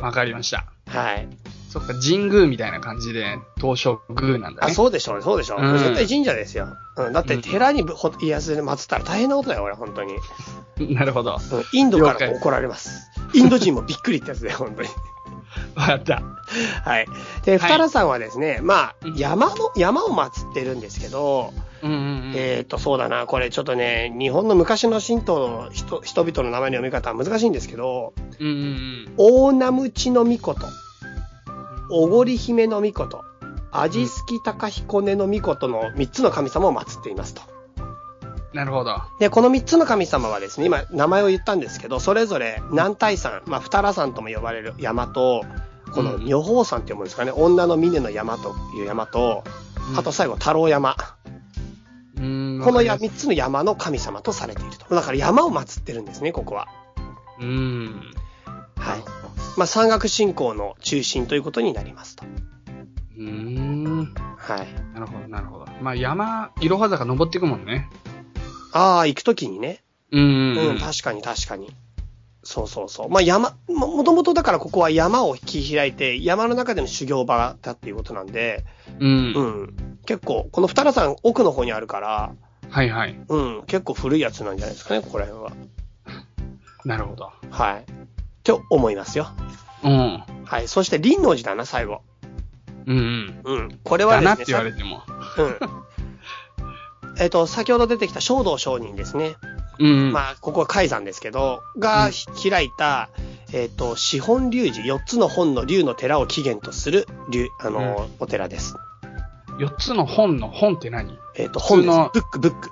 わかりました。はい。そっか、神宮みたいな感じで、東照宮なんだあ、ね。そうでしょう、そうでしょう。こうんれ絶対神社ですよ。うん。だってうん寺にぶほ家康で祀ったら大変なことだよ、俺、本当に。うん。 [laughs] なるほど。わインドか了ら解も怒られます。インド人もびっくりってやつだよ、本当に。かった。はい。で、はい二良さんはですね、まあうん、山の、山を祀ってるんですけど、うんうんうん。えっと、そうだな、これちょっとね、日本の昔の神道の人人々の名前の読み方は難しいんですけど、うんうん大名ムの御う事。ん。おごり姫の御事、味好き高彦根の御事の3つの神様を祀っていますと。なるほど。で、この3つの神様はですね、今名前を言ったんですけど、それぞれ南大山、まあ、二良山とも呼ばれる山と、この女宝山って読むんですかね、女の峰の山という山と、あと最後太郎山。うん、このや3つの山の神様とされていると。だから山を祀ってるんですね、ここは。うん。はい。まあ、山岳信仰の中心ということになりますと。うーん。はい。なるほど、なるほど。まあ山、いろは坂登っていくもんね。ああ、行くときにね。う。うんん、確かに確かに。そうそうそう。まあ山、ももともとだからここは山を切り開いて、山の中での修行場だっていうことなんで、うんう。ん。結構、この二良山奥の方にあるから、はいはい。うん、結構古いやつなんじゃないですかね、ここら辺は。なるほど。はい。と思いますよ。うん。はい。そして、林王寺だな、最後。うんうん。うん。これはだですね。なって言われても。さうん。 [laughs] えっと、先ほど出てきた正道上人ですね。うん。あ、まあ、ここは海山ですけど、がうん開いた、えっ、と、四本龍寺、四つの本の龍の寺を起源とする龍、あの、お寺です。 4つの本の本って何えっ、と、本です。普ブック、ブック。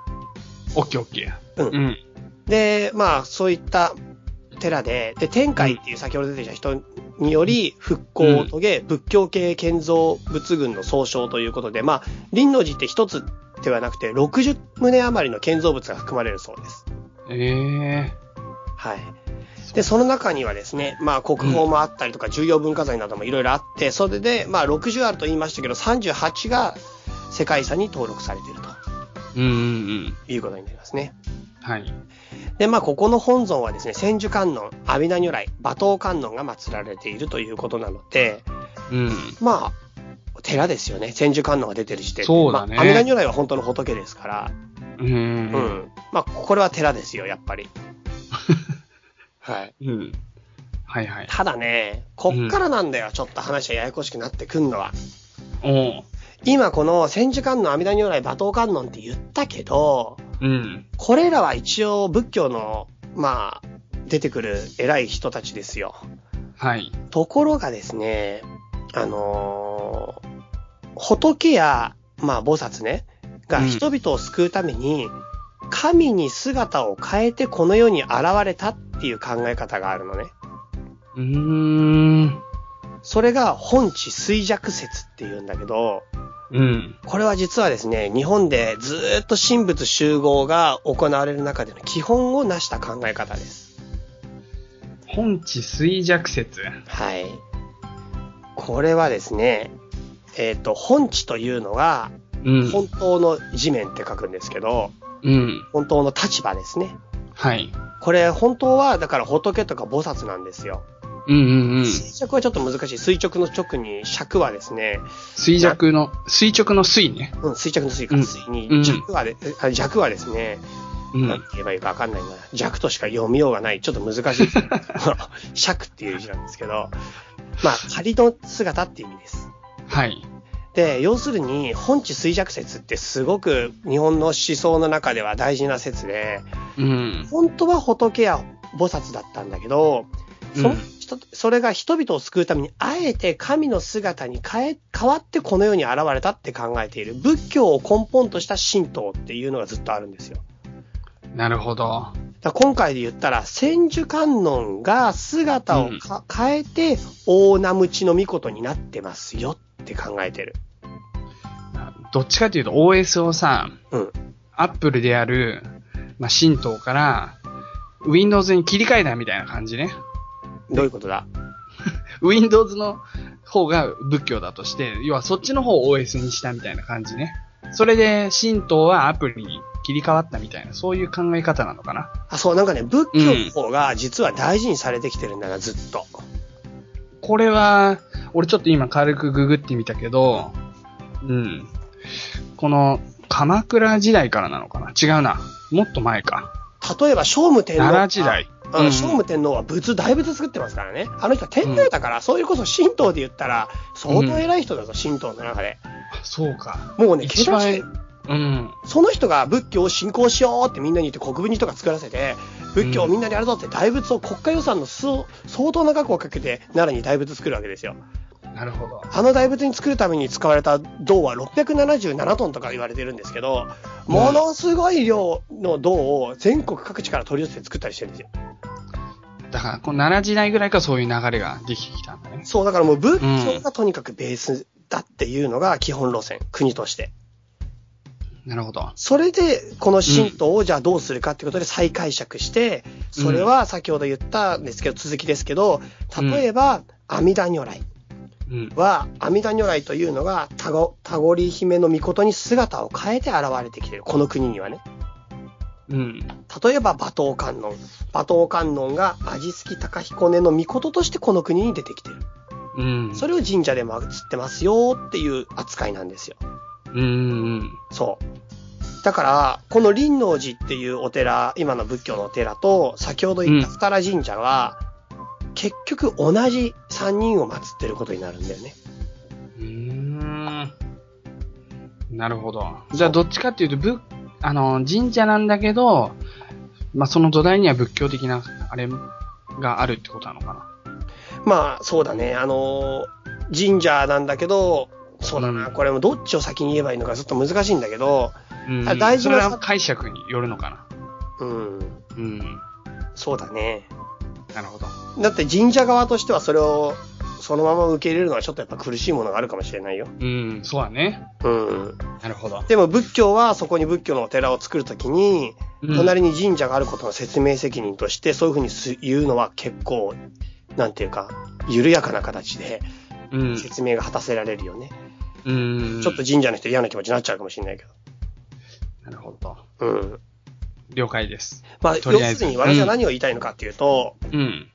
オッケーオッケー。。うんで、まあ、そういった寺で、で、天海っていう先ほど出てきた人により復興を遂げ、仏教系建造仏群の総称ということで、まあ、林王寺って一つではなくて、60棟余りの建造物が含まれるそうです。ええはい。で、その中にはですね、まあ、国宝もあったりとか、重要文化財などもいろいろあって、それで、まあ、60あると言いましたけど、38が世界遺産に登録されているとうんうんうん。いうことになりますね。はい。で、まあ、ここの本尊はですね、千手観音、阿弥陀如来、馬頭観音が祀られているということなので、うん。まあ、寺ですよね。千手観音が出てる時点で。そうだねまあ阿弥陀如来は本当の仏ですから、うんうんう。うんん。まあ、これは寺ですよ、やっ [laughs] ぱり。はい。うん。はいはい。ただね、こっからなんだよ、ちょっと話がややこしくなってくんのは。おう。今この千手観音、阿弥陀如来、馬頭観音って言ったけど、うん。これらは一応仏教の、まあ、出てくる偉い人たちですよ。はい。ところがですね、あのー仏や、まあ、菩薩ね、がうん人々を救うために、神に姿を変えてこの世に現れたっていう考え方があるのね。うーん。それが本地衰弱説っていうんだけど、うん。これは実はですね、日本でずーっと神仏集合が行われる中での基本を成した考え方です。本地衰弱説。はい。これはですね、えっ、と、本地というのが、うん。本当の地面って書くんですけど、うん。本当の立場ですね。はい。これ本当は、だから仏とか菩薩なんですよ。うんうんうん。垂直はちょっと難しい。垂直の直に尺はですね、垂直の、垂直の垂ね。うん、垂直の垂から垂うんうに、ん尺はで、あ尺はですね、うなんてん。言えばいいかわかんないな。弱としか読みようがない。ちょっと [laughs] 難しいです。尺っていう字なんですけど、まあ、仮の姿っていう意味です。はい。で、要するに、本地衰弱説ってすごく日本の思想の中では大事な説で、うん。本当は仏や菩薩だったんだけど、そのうん人それが人々を救うために、あえて神の姿に変え、変わってこの世に現れたって考えている、仏教を根本とした神道っていうのがずっとあるんですよ。なるほど。だから今回で言ったら、千手観音が姿をか、変えて、大名鞭の御事になってますよって考えてる。どっちかというと OS をさ、うん。アップルである、まあ、神道から Windows に切り替えたみたいな感じね。どういうことだ Windows の方が仏教だとして、要はそっちの方を OS にしたみたいな感じね。それで神道はアプリに切り替わったみたいな、そういう考え方なのかな。あ、そう、なんかね、仏教の方が実は大事にされてきてるんだな、ずっと。これは、俺ちょっと今軽くググってみたけど、うん。この、鎌倉時代からなのかな違うな。もっと前か。例えば、聖武天皇が。奈良時代。あうの、ん聖武天皇は仏、大仏作ってますからね。あの人は天皇だから、それこそ神道で言ったら、相当偉い人だぞ、神道の中で。そうか。もうね、一桁番違い、うん。その人が仏教を信仰しようってみんなに言って国分寺とか作らせて、仏教をみんなでやるぞって大仏を国家予算の数相当な額をかけて奈良に大仏作るわけですよ。なるほど。あの大仏に作るために使われた銅は677トンとか言われてるんですけど、ものすごい量の銅を全国各地から取り寄せて作ったりしてるんですよ。だから、この奈良時代ぐらいからそういう流れができてきたんだね。そう、だからもう仏教がとにかくベースだっていうのが基本路線、国として。なるほど。それで、この神道をじゃあどうするかってことで再解釈して、うんそれは先ほど言ったんですけど、続きですけど、例えば、阿弥陀如来うん。は、阿弥陀如来というのが、たご、たごり姫の御事に姿を変えて現れてきてる。この国にはね。うん。例えば、馬頭観音。馬頭観音が、味付き高彦根の御事としてこの国に出てきてる。うん。それを神社で祀ってますよっていう扱いなんですよ。うんうん。そう。だから、この林王寺っていうお寺、今の仏教のお寺と、先ほど言った二原神社は、結局同じ三人を祀ってることになるんだよね。うーん。なるほど。じゃあ、どっちかっていうと、ぶあの、神社なんだけど、まあ、その土台には仏教的な、あれがあるってことなのかな。まあ、そうだね。あのー神社なんだけど、そうだな。うんこれもどっちを先に言えばいいのかちょっと難しいんだけど、うんあ大事なそれは解釈によるのかな。うん、うん。そうだね。なるほど。だって神社側としてはそれをそのまま受け入れるのはちょっとやっぱ苦しいものがあるかもしれないよ。うん、そうだね。うん。なるほど。でも仏教はそこに仏教のお寺を作るときに、うん隣に神社があることの説明責任として、そういうふうにす言うのは結構、なんていうか、緩やかな形でうん。説明が果たせられるよね。うん。ちょっと神社の人嫌な気持ちになっちゃうかもしれないけなるほど。ど。うん。了解です。まあ、とりあえ要ずするに私は何を言いたいのかっていうと、うん。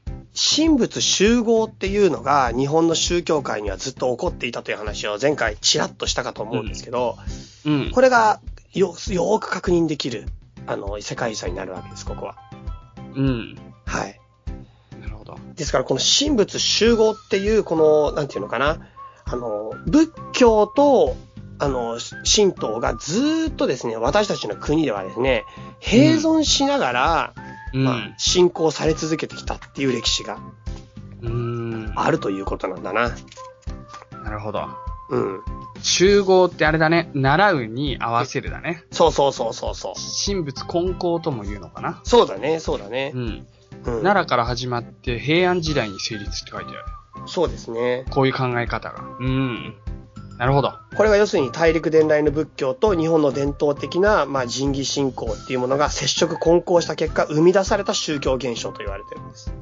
神仏集合っていうのが日本の宗教界にはずっと起こっていたという話を前回ちらっとしたかと思うんですけど、うん。これがよよーく確認できる、あの、世界遺産になるわけです、ここは。うん。はい。なるほど。ですから、この神仏集合っていう、この、なんていうのかな、あの、仏教と、あの、神道がずーっとですね、私たちの国ではですね、併存しながら、うん。まあ、信仰され続けてきたっていう歴史がうん。あるということなんだな。なるほど。うん。集合ってあれだね。習うに合わせるだね。そうそうそうそうそう。神仏混交とも言うのかな。そうだね、そうだねう。ん。うん。奈良から始まって平安時代に成立って書いてある。そうですね。こういう考え方が。うん。なるほど。これが要するに大陸伝来の仏教と日本の伝統的な、まあ、神義信仰っていうものが接触混交した結果生み出された宗教現象と言われてるんです。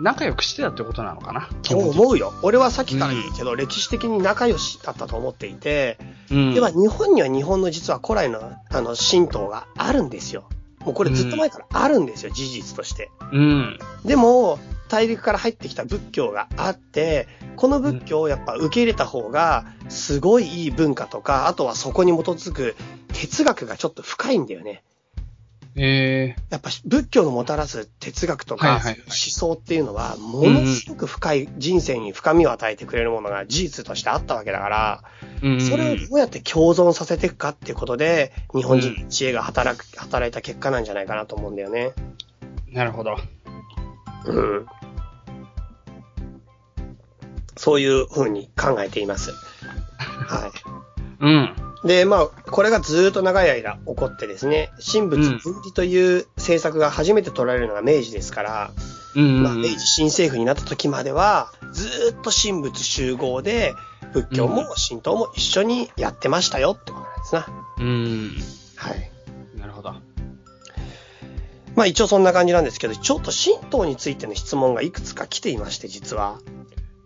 仲良くしてたってことなのかな。と思うよ。俺はさっきから言うけど、歴史的に仲良しだったと思っていて、うん。では日本には日本の実は古来のあの神道があるんですよ。もうこれずっと前からあるんですよ、事実として。うん。でも、大陸から入ってきた仏教があって、この仏教をやっぱ受け入れた方が、すごいいい文化とか、あとはそこに基づく哲学がちょっと深いんだよね。えやっぱ仏教のもたらす哲学とはいかはいはい思想っていうのは、ものすごく深い人生に深みを与えてくれるものが事実としてあったわけだから、ー。うん。それをどうやって共存させていくかっていうことで、日本人の知恵が働く、働いた結果なんじゃないかなと思うんだよね。なるほど。うん。そういうふうに考えています。はうん。い。で、まあ、これがずーっと長い間起こってですね、神う仏ん分離という政策が初めて取られるのが明治ですから、うん。まあ、明治新政府になった時までは、ずーっと神仏集合で、仏教も神道も一緒にやってましたよってことなんですな。うん。はい。なるほど。まあ一応そんな感じなんですけど、ちょっと神道についての質問がいくつか来ていまして、実は。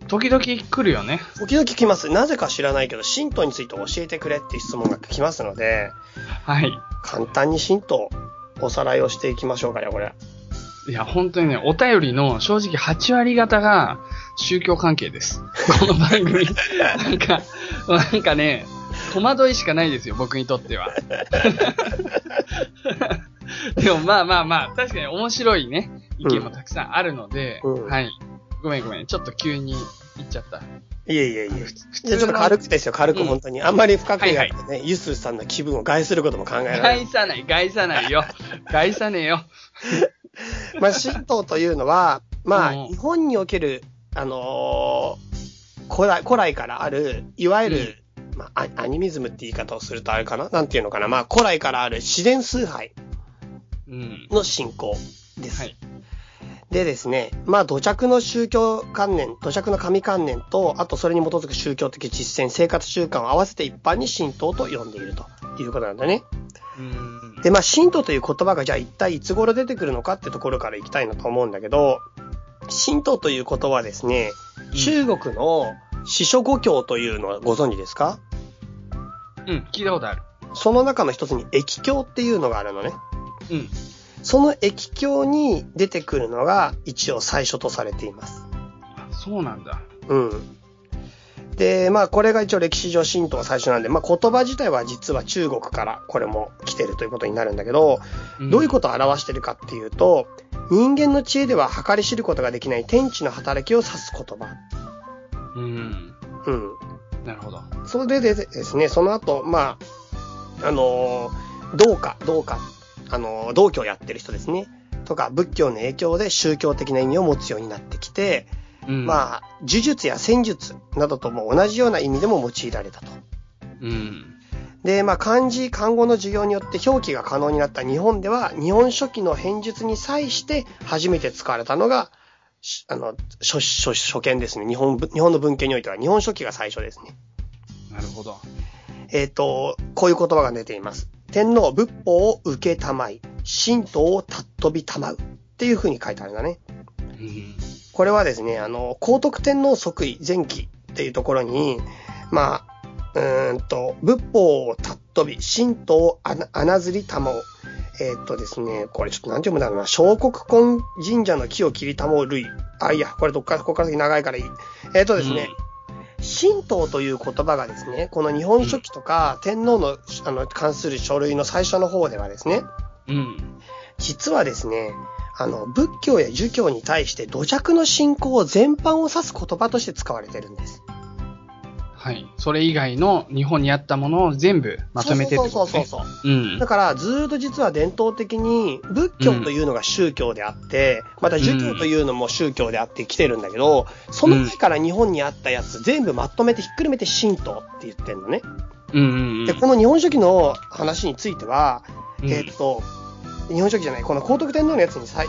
時々来るよね。時々来ます。なぜか知らないけど、神道について教えてくれっていう質問が来ますので、はい。簡単に神道、おさらいをしていきましょうかね、これ。いや、本当にね、お便りの正直8割方が宗教関係です。この番組。なんか、なんかね、戸惑いしかないですよ、僕にとっては。でもまあまあまあ、確かに面白いね、意見もたくさんあるので、うんはい。ごめんごめん、ちょっと急に言っちゃった。いえいえいえ。普じゃあちょっと軽くですよ、軽く本当に。あんまり深くやってね、はユスさんの気分を害することも考えられない害。さない、害さないよ。害さねえよ。 [laughs] まあ、神道というのは、まあ、うん日本における、あのー古来、古来からある、いわゆる、まあ、アアニミズムって言い方をするとあれかななんていうのかなまあ、古来からある自然崇拝うん。の信仰です。はい。でですね、まあ土着の宗教観念、土着の神観念と、あとそれに基づく宗教的実践、生活習慣を合わせて一般に神道と呼んでいると。いうことなんだね。うん。で、まあ、信徒という言葉がじゃあ一体いつ頃出てくるのかってところから行きたいなと思うんだけど、信徒という言葉はですね、中国の四書五経というのはご存知ですかうん、聞いたことある。その中の一つに液経っていうのがあるのね。うん。その液経に出てくるのが一応最初とされています。あそうなんだ。うん。で、まあこれが一応歴史上神道が最初なんで、まあ言葉自体は実は中国からこれも来てるということになるんだけど、んどういうことを表してるかっていうと、人間の知恵では計り知ることができない天地の働きを指す言葉。うん。うん。なるほど。それでですね、その後、まあ、あのー、道家、道家、あのー、道教やってる人ですね。とか、仏教の影響で宗教的な意味を持つようになってきて、うん。あ。まあ、呪術や戦術などとも同じような意味でも用いられたと。うん。で、まあ、漢字、漢語の授業によって表記が可能になった日本では、日本書紀の編述に際して初めて使われたのが、しあの、書、書、書見ですね。日本文、日本の文献においては日本書紀が最初ですね。なるほど。えっ、と、こういう言葉が出ています。天皇、仏法を受けたまい、神道をたっ飛びたまう。っていう風に書いてあるんだね。うん。これはですね、あの、皇徳天皇即位前期っていうところに、まあ、うーんと、仏法をたっ飛び、神道をあな穴ずりたまおう。えーっとですね、これちょっと何て読むんだろうな、小国根神社の木を切りたまう類。あ、いいや、これどっから、ここから先長いからいい。えーっとですね、神道という言葉がですね、この日本書紀とか天皇のあの関する書類の最初の方ではですね、うん。うん。実はですね、あの、仏教や儒教に対して土着の信仰を全般を指す言葉として使われてるんです。はい。それ以外の日本にあったものを全部まとめてってそこうそうとそうね。そう。うんだ。から、ずーっと実は伝統的に、仏教というのが宗教であって、また儒教というのも宗教であって来てるんだけど、その前から日本にあったやつ全部まとめてひっくるめて神道って言ってんのね。うんうんうん。で、この日本書紀の話については、うんえーっと、日本書紀じゃない、この皇徳天皇のやつにさい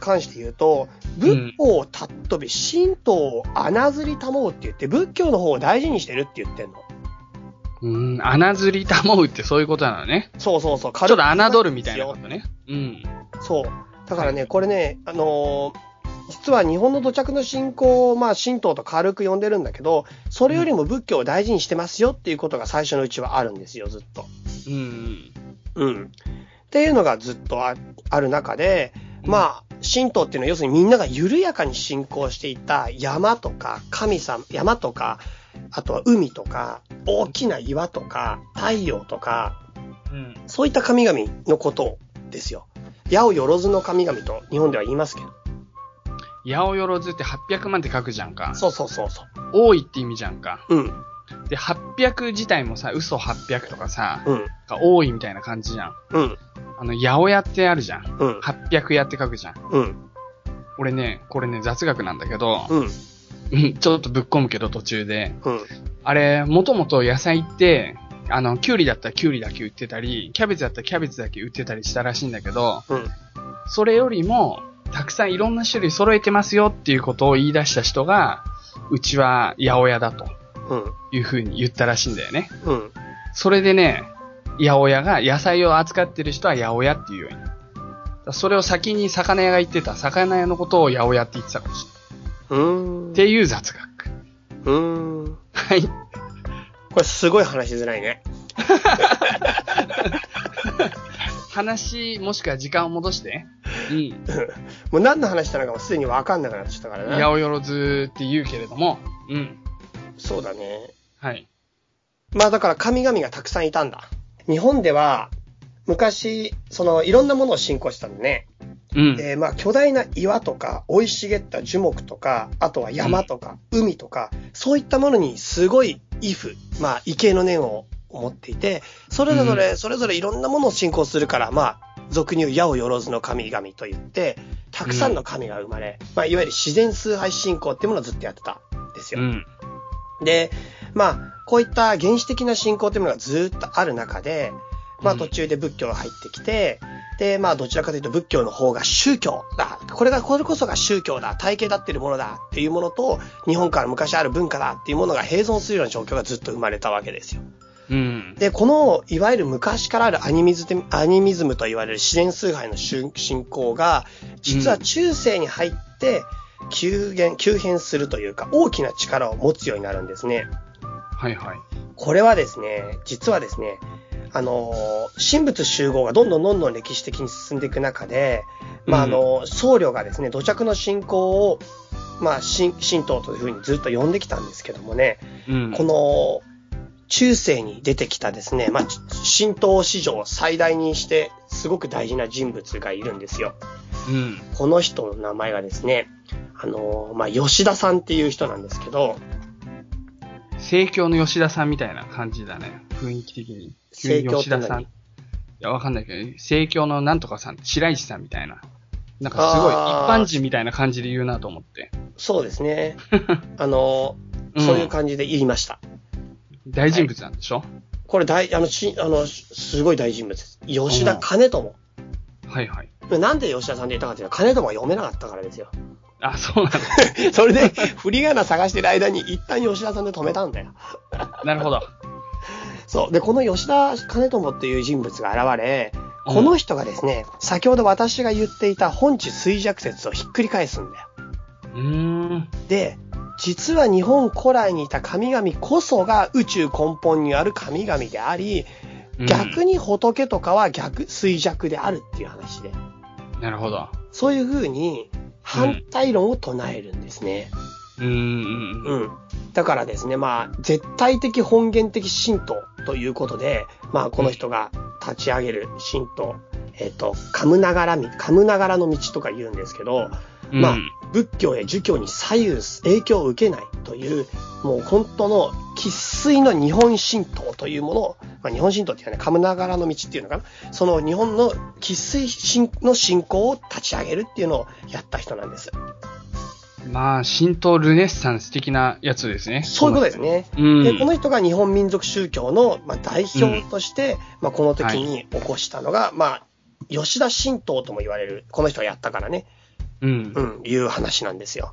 関して言うと、仏法をたっ飛び、神道を穴ずり保うって言って、仏教の方を大事にしてるって言ってんの。うん。穴ずりたもうってそういうことなのね。そうそうそう。ちちょっと侮るみたいなことね。うん。そう。だからね、これね、あのー実は日本の土着の信仰を、まあ、神道と軽く呼んでるんだけど、それよりも仏教を大事にしてますよっていうことが最初のうちはあるんですよ、ずっと。うんうん。うん。っていうのがずっとあある中で、まあ、神道っていうのは要するにみんなが緩やかに信仰していた山とか神様、山とか、あとは海とか、大きな岩とか、太陽とか、うん。そういった神々のことですよ。矢をよろずの神々と日本では言いますけど。八百万って800万って書くじゃんか。そうそうそうそ多いって意味じゃんか。う。うん、で、800自体もさ、嘘800とかさ、うん、が多いみたいな感じじゃん。うん、あの、八百屋ってあるじゃん。うん、 800屋って書くじゃん。うん、俺ね、これね、雑学なんだけど、うん、うん、 [laughs] ちょっとぶっ込むけど途中で。うん。あれ、もともと野菜って、あの、キュウリだったらキュウリだけ売ってたり、キャベツだったらキャベツだけ売ってたりしたらしいんだけど、うんそれよりも、たくさんいろんな種類揃えてますよっていうことを言い出した人が、うちは八百屋だとうん、いうふうに言ったらしいんだよね。うん。それでね、八百屋が、野菜を扱ってる人は八百屋っていうようになった。だからそれを先に魚屋が言ってた、魚屋のことを八百屋って言ってたかもしれない。うーん。っていう雑学。うーん。はい。これすごい話しづらいね。話、もしくは時間を戻して。うん。もう何の話したのかもすでに分かんなくなっちゃったから八な。百万って言うけれども。うん。そうだね。はい。まあだから神々がたくさんいたんだ。日本では昔、そのいろんなものを信仰してたんだね。うん。えーまあ巨大な岩とか、生い茂った樹木とか、あとは山とか、海とか、そういったものにすごい畏怖、まあ畏敬の念を持っていて、それぞれ、それぞれいろんなものを信仰するから、まあ、俗に言う矢をよろずの神々と言って、たくさんの神が生まれ、まあいわゆる自然崇拝信仰っていうものをずっとやってたんですうよ。ん。で、まあ、こういった原始的な信仰というものがずーっとある中で、まあうん途中で仏教が入ってきて、で、まあどちらかというと仏教の方が宗教だ。これが、これこそが宗教だ。体系立ってるものだっていうものと、日本から昔ある文化だっていうものが併存するような状況がずっと生まれたわけですよ。うん。で、この、いわゆる昔からあるアニミズム、アニミズムと言われる自然崇拝の進信仰が、実は中世に入って、急減、急変するというか、大きな力を持つようになるんですね。はいはい。これはですね、実はですね、あのー、神仏集合がどんどんどんどん歴史的に進んでいく中で、まあ、あうんのー、僧侶がですね、土着の信仰を、まあ、神神道というふうにずっと呼んできたんですけどもね、うん。この中世に出てきたですね、まあ、ち神道史上最大にしてすごく大事な人物がいるんですよ。うん。この人の名前がですね、あのー、まあ、吉田さんっていう人なんですけど、盛況の吉田さんみたいな感じだね。雰囲気的に。急に吉田さん。盛況って何いや、わかんないけど、盛況のなんとかさん、白石さんみたいな。なんかすごい、一あー般人みたいな感じで言うなと思って。そうです [laughs] ね。あのー、うんそういう感じで言いました。大人物なんでしょ、これ大、あの、しあの、すごい大人物です。吉田兼友。はい、はいはいなんで吉田さんって言ったかというと、兼友は読めなかったからですよ。あ、そうなんだ。 [laughs] それで、振り仮名探してる間に、一旦吉田さんで止めたんだよ。なるほど。そう。で、この吉田兼友っていう人物が現れ、うんこの人がですね、先ほど私が言っていた本地衰弱説をひっくり返すんだよ。うーん。で、実は日本古来にいた神々こそが宇宙根本にある神々であり、逆に。に仏とかは逆、衰弱であるっていう話で、なるほど。そういう風に反対論を唱えるんですね。うーん。。うんん。だからですね、まあ、絶対的本源的神道ということで、まあ、この人が立ち上げる神道、えっ、と、カムナガラみ、カムナガラの道とか言うんですけど、まあうん、仏教や儒教に左右す、影響を受けないという、もう本当の喫水の日本神道というものを、まあ、日本神道っていうかね、カムナガラの道っていうのかな、その日本の喫水の信仰を立ち上げるっていうのをやった人なんです。まあ、神道ルネッサンス的なやつですね。そういうことですね。うん。で、この人が日本民族宗教の、まあ、代表として、まあ、この時に起こしたのが、まあ、吉田神道とも言われる、この人がやったからね、うんう。ん、いう話なんですよ。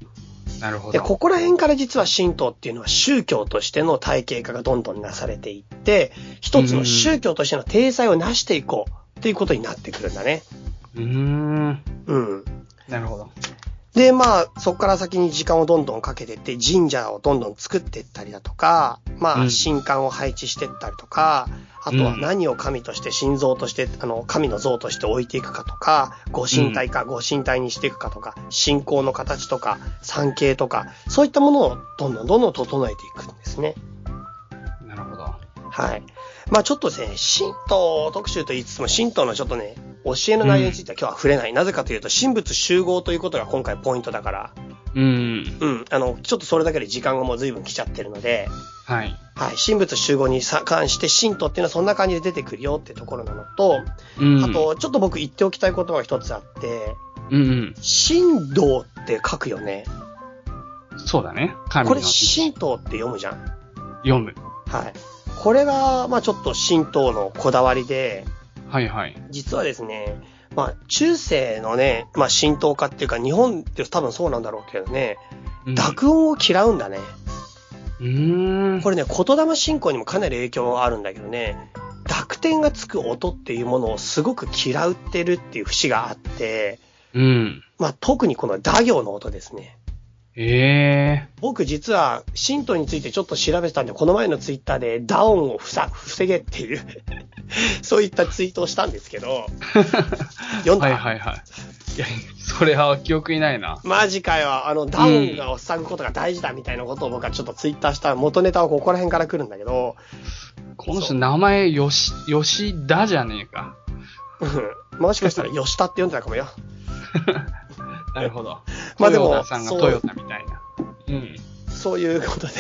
なるほで、ど。ここら辺から実は神道っていうのは宗教としての体系化がどんどんなされていって、一つの宗教としての体裁を成していこうっていうことになってくるんだね。うーん。うん。なるほど。で、まあ、そこから先に時間をどんどんかけてって、神社をどんどん作っていったりだとか、まうあ、ん神官を配置していったりとか、あとはうん何を神として、神像として、あの、神の像として置いていくかとか、ご神体か、ご神体にしていくかとか、信仰の形とか、産経とか、そういったものをどんどんどんどん整えていくんですね。なるほど。はい。まあ、ちょっとですね、神道特集と言いつつも、神道のちょっとね、教えの内容については今日は触れない。なぜかというと、神仏集合ということが今回ポイントだから、うん。うん、あの、ちょっとそれだけで時間がもう随分来ちゃってるので、はい。はい、神仏集合にさ関して神道っていうのはそんな感じで出てくるよってところなのと、うん。あ、と、ちょっと僕言っておきたい言葉が一つあって、うん神道って書くよね。うん。そうだね。神このれ神道って読むじゃん。読む。はい。これが、まあちょっと神道のこだわりで、はいはい。実はですね、まあ中世のね、まあ神道家っていうか日本って多分そうなんだろうけどね、うん濁音を嫌うんだね。うーん。これね、言霊信仰にもかなり影響があるんだけどね、濁点がつく音っていうものをすごく嫌ってるっていう節があって、うん。まあ特にこの打行の音ですね。ええ僕実は、神道についてちょっと調べてたんで、この前のツイッターで、打音をふさ防げっていう、 [laughs] そういったツイートをしたんです [laughs] けど、読んだ、はいはいはい。いや、それは記憶にないな。マジかよ、あの、打音がを塞ぐことが大事だみたいなことを僕はちょっとツイッターした元ネタはここら辺から来るんだけど、この人名前、よし、よしだじゃねえか。うんもしかしたら吉田って読んでたかもよ。なるほど。 [laughs] ままああででもも、トヨタさんがそうトヨタみたいな。うん。そういうことで、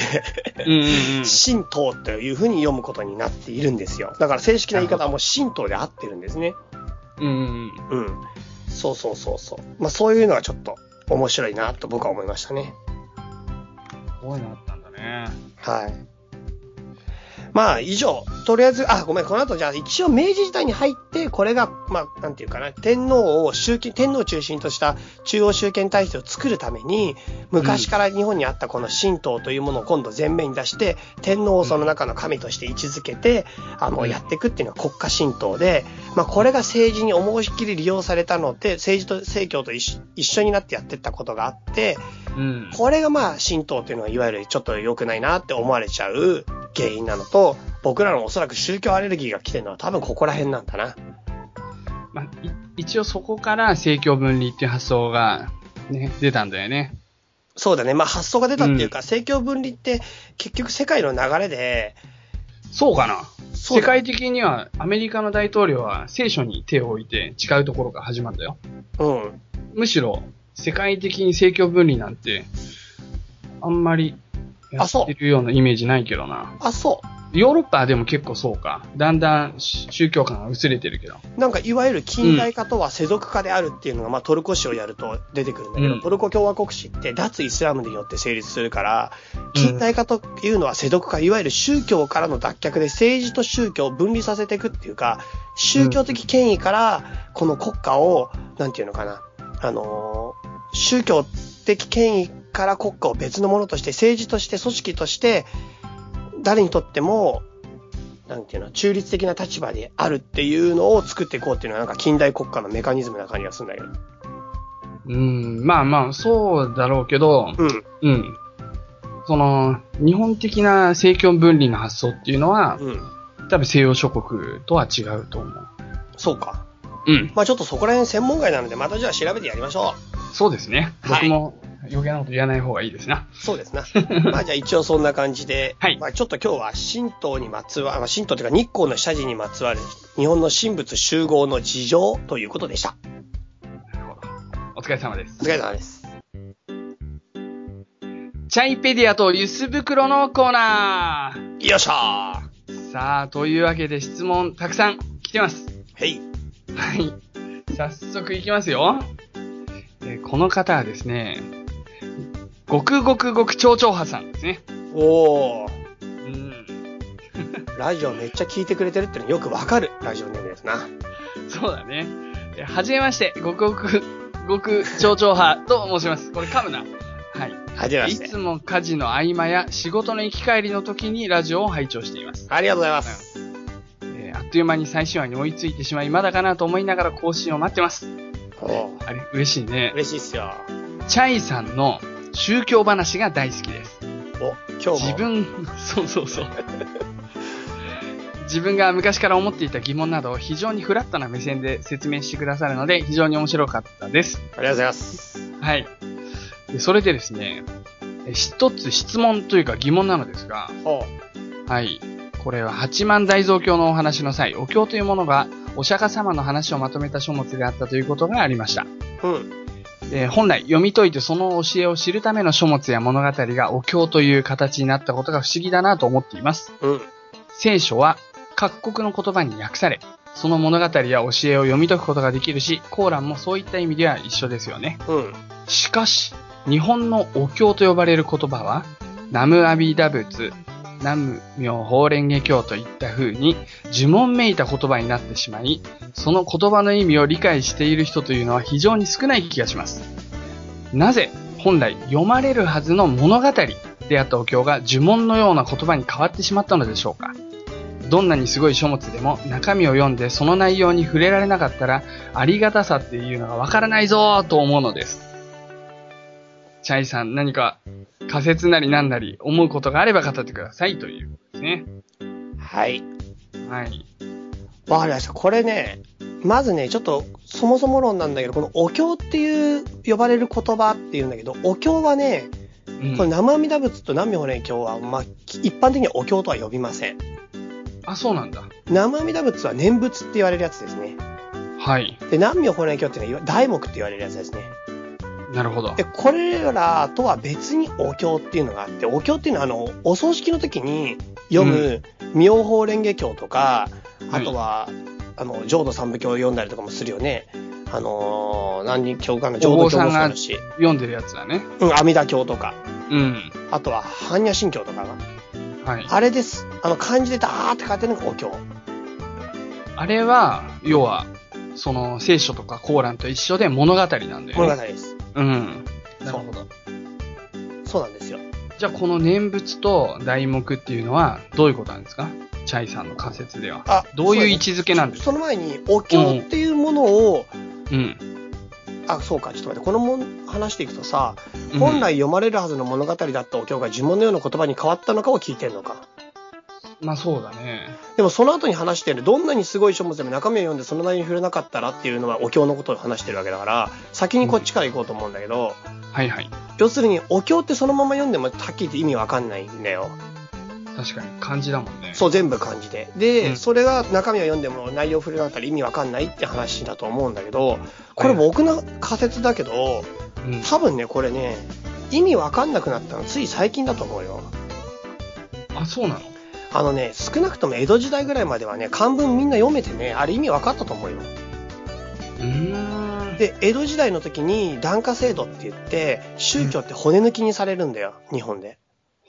うんうんうん。神道というふうに読むことになっているんですよ。だから正式な言い方はもう神道で合ってるんですね。うんうんうん。うん。そうそうそうそう。まあそういうのはちょっと面白いなと僕は思いましたね。こういうのあったんだね。はい。まあ、以上。とりあえず、あ、ごめん、この後じゃあ、一応明治時代に入って、これが、まあ、なんていうかな、天皇を集権、天皇を中心とした中央集権体制を作るために、昔から日本にあったこの神道というものを今度前面に出して、天皇をその中の神として位置づけて、あうの、んやっていくっていうのが国家神道で、まあ、これが政治に思いっきり利用されたので、政治と政教と一緒一緒になってやっていったことがあって、うん。これがまあ神道っていうのはいわゆるちょっと良くないなって思われちゃう原因なのと、僕らのおそらく宗教アレルギーが来てるのは多分ここら辺なんだな。まあ、い一応そこから政教分離っていう発想が、ね、出たんだよね。そうだね。まあ発想が出たっていうか、政教分離って結局世界の流れで、そうかなそう世だ界的にはアメリカの大統領は聖書に手を置いて違うところから始まるんだよ。うん。むしろ世界的に政教分離なんてあんまりやあそうってるようなイメージないけどな。あ、そう。ヨーロッパはでも結構そうか。だんだんし宗教観が薄れてるけど。なんかいわゆる近代化とは世俗化であるっていうのが、まあトルコ史をやると出てくるんだけど、うんトルコ共和国史って脱イスラムによって成立するから、近代化というのは世俗化、いわゆる宗教からの脱却で政治と宗教を分離させていくっていうか、宗教的権威からこの国家を、なんていうのかな、あのー宗教的権威から国家を別のものとして、政治として、組織として、誰にとっても、なんていうの、中立的な立場であるっていうのを作っていこうっていうのは、なんか近代国家のメカニズムな感じがするんだけど。うん、まあまあ、そうだろうけど、うん。うん。その、日本的な政教分離の発想っていうのは、うん。多分西洋諸国とは違うと思う。そうか。うん。まあちょっとそこら辺専門外なので、またじゃあ調べてやりましょう。そうですね。は僕いも余計なこと言わない方がいいですな。そうですな。 [laughs] まあじゃあ一応そんな感じで、はいまあちょっと今日は神道にまつわ、まあ、神道というか日光の社寺にまつわる日本の神仏集合の事情ということでした。なるほど。お疲れ様ですお。疲れ様です。チャイペディアとゆす袋のコーナーよっしゃさあ、というわけで質問たくさん来てます。ーへい。はい。早速いきますよ。えーこの方はですね、ごくごくごく蝶々派さんですね。おー、うん。ラジオめっちゃ聞いてくれてるってのよくわかるラジオネームですな。そうだね。えーはじめまして、ごくごく、ごく蝶々派と申します。これ噛むな。はい。はじめまいしてつ。も家事の合間や仕事の行き帰りの時にラジオを拝聴しています。ありがとうございます。えーあっという間に最新話に追いついてしまい、まだかなと思いながら更新を待ってます。おーあれ、嬉しいね。嬉しいっすよ。チャイさんの宗教話が大好きです。お、今日自も。分、そうそうそう。自分が昔から思っていた疑問などを非常にフラットな目線で説明してくださるので、非常に面白かったです。ありがとうございます。はい。でそれでですね、え一つ質問というか疑問なのですが、おはい。これは八幡大蔵経のお話の際、お経というものがお釈迦様の話をまとめた書物であったということがありました。うん。えー本来読み解いてその教えを知るための書物や物語がお経という形になったことが不思議だなと思っています。うん。聖書は各国の言葉に訳され、その物語や教えを読み解くことができるし、コーランもそういった意味では一緒ですよね。うん。しかし、日本のお経と呼ばれる言葉は、ナムアビダ仏、ナム妙法蓮華経といった風に呪文めいた言葉になってしまい、その言葉の意味を理解している人というのは非常に少ない気がします。なぜ、本来読まれるはずの物語であったお経が呪文のような言葉に変わってしまったのでしょうかどんなにすごい書物でも中身を読んでその内容に触れられなかったらありがたさっていうのがわからないぞーと思うのです。チャイさん、何か仮説なりなんなり思うことがあれば語ってくださいということですね。はい。はい。わかりました。これね、まずね、ちょっと、そもそも論なんだけど、このお経っていう、呼ばれる言葉っていうんだけど、お経はね、うんこれ生阿弥陀仏と南無法蓮経は、まあ、一般的にはお経とは呼びません。あ、そうなんだ。生阿弥陀仏は念仏って言われるやつですね。はい。で、南無法蓮経っていうのは、大目って言われるやつですね。なるほどで、。これらとは別にお経っていうのがあって、お経っていうのは、あの、お葬式の時に読む、妙法蓮華経とか、あとは、あの、浄土三部経を読んだりとかもするよね。あのー何教かな、浄土教もそうだし、読んでるやつだね。うん、阿弥陀経とか、うん。あとは、般若心経とかが。はい。あれです。あの漢字でダーって書いてるのお経。あれは、要は、その、聖書とかコーランと一緒で物語なんだよね。物語です。うん。なるほど。そうなんですよ。じゃあ、この念仏と題目っていうのは、どういうことなんですかチャイさんの仮説では。あ、どういう位置そづけなんですかその前に、お経っていうものを、うん。あ、そうか、ちょっと待って、このもん話していくとさ、うん本来読まれるはずの物語だったお経が呪文のような言葉に変わったのかを聞いてるのか。まあそうだね。でもその後に話してる、どんなにすごい書物でも中身を読んでその内容に触れなかったらっていうのはお経のことを話してるわけだから、先にこっちから行こうと思うんだけど、はいはい。要するにお経ってそのまま読んでもはっきり言って意味わかんないんだよ。確かに漢字だもんね。そう、全部漢字で。で、うんそれが中身を読んでも内容触れなかったら意味わかんないって話だと思うんだけど、これ僕の仮説だけど、うん。多分ね、これね、意味わかんなくなったのつい最近だと思うよ。あ、そうなのあのね、少なくとも江戸時代ぐらいまではね、漢文みんな読めてね、あれ意味わかったと思うよ。うーん。で、江戸時代の時に檀家制度って言って、宗教って骨抜きにされるんだよ、日本で。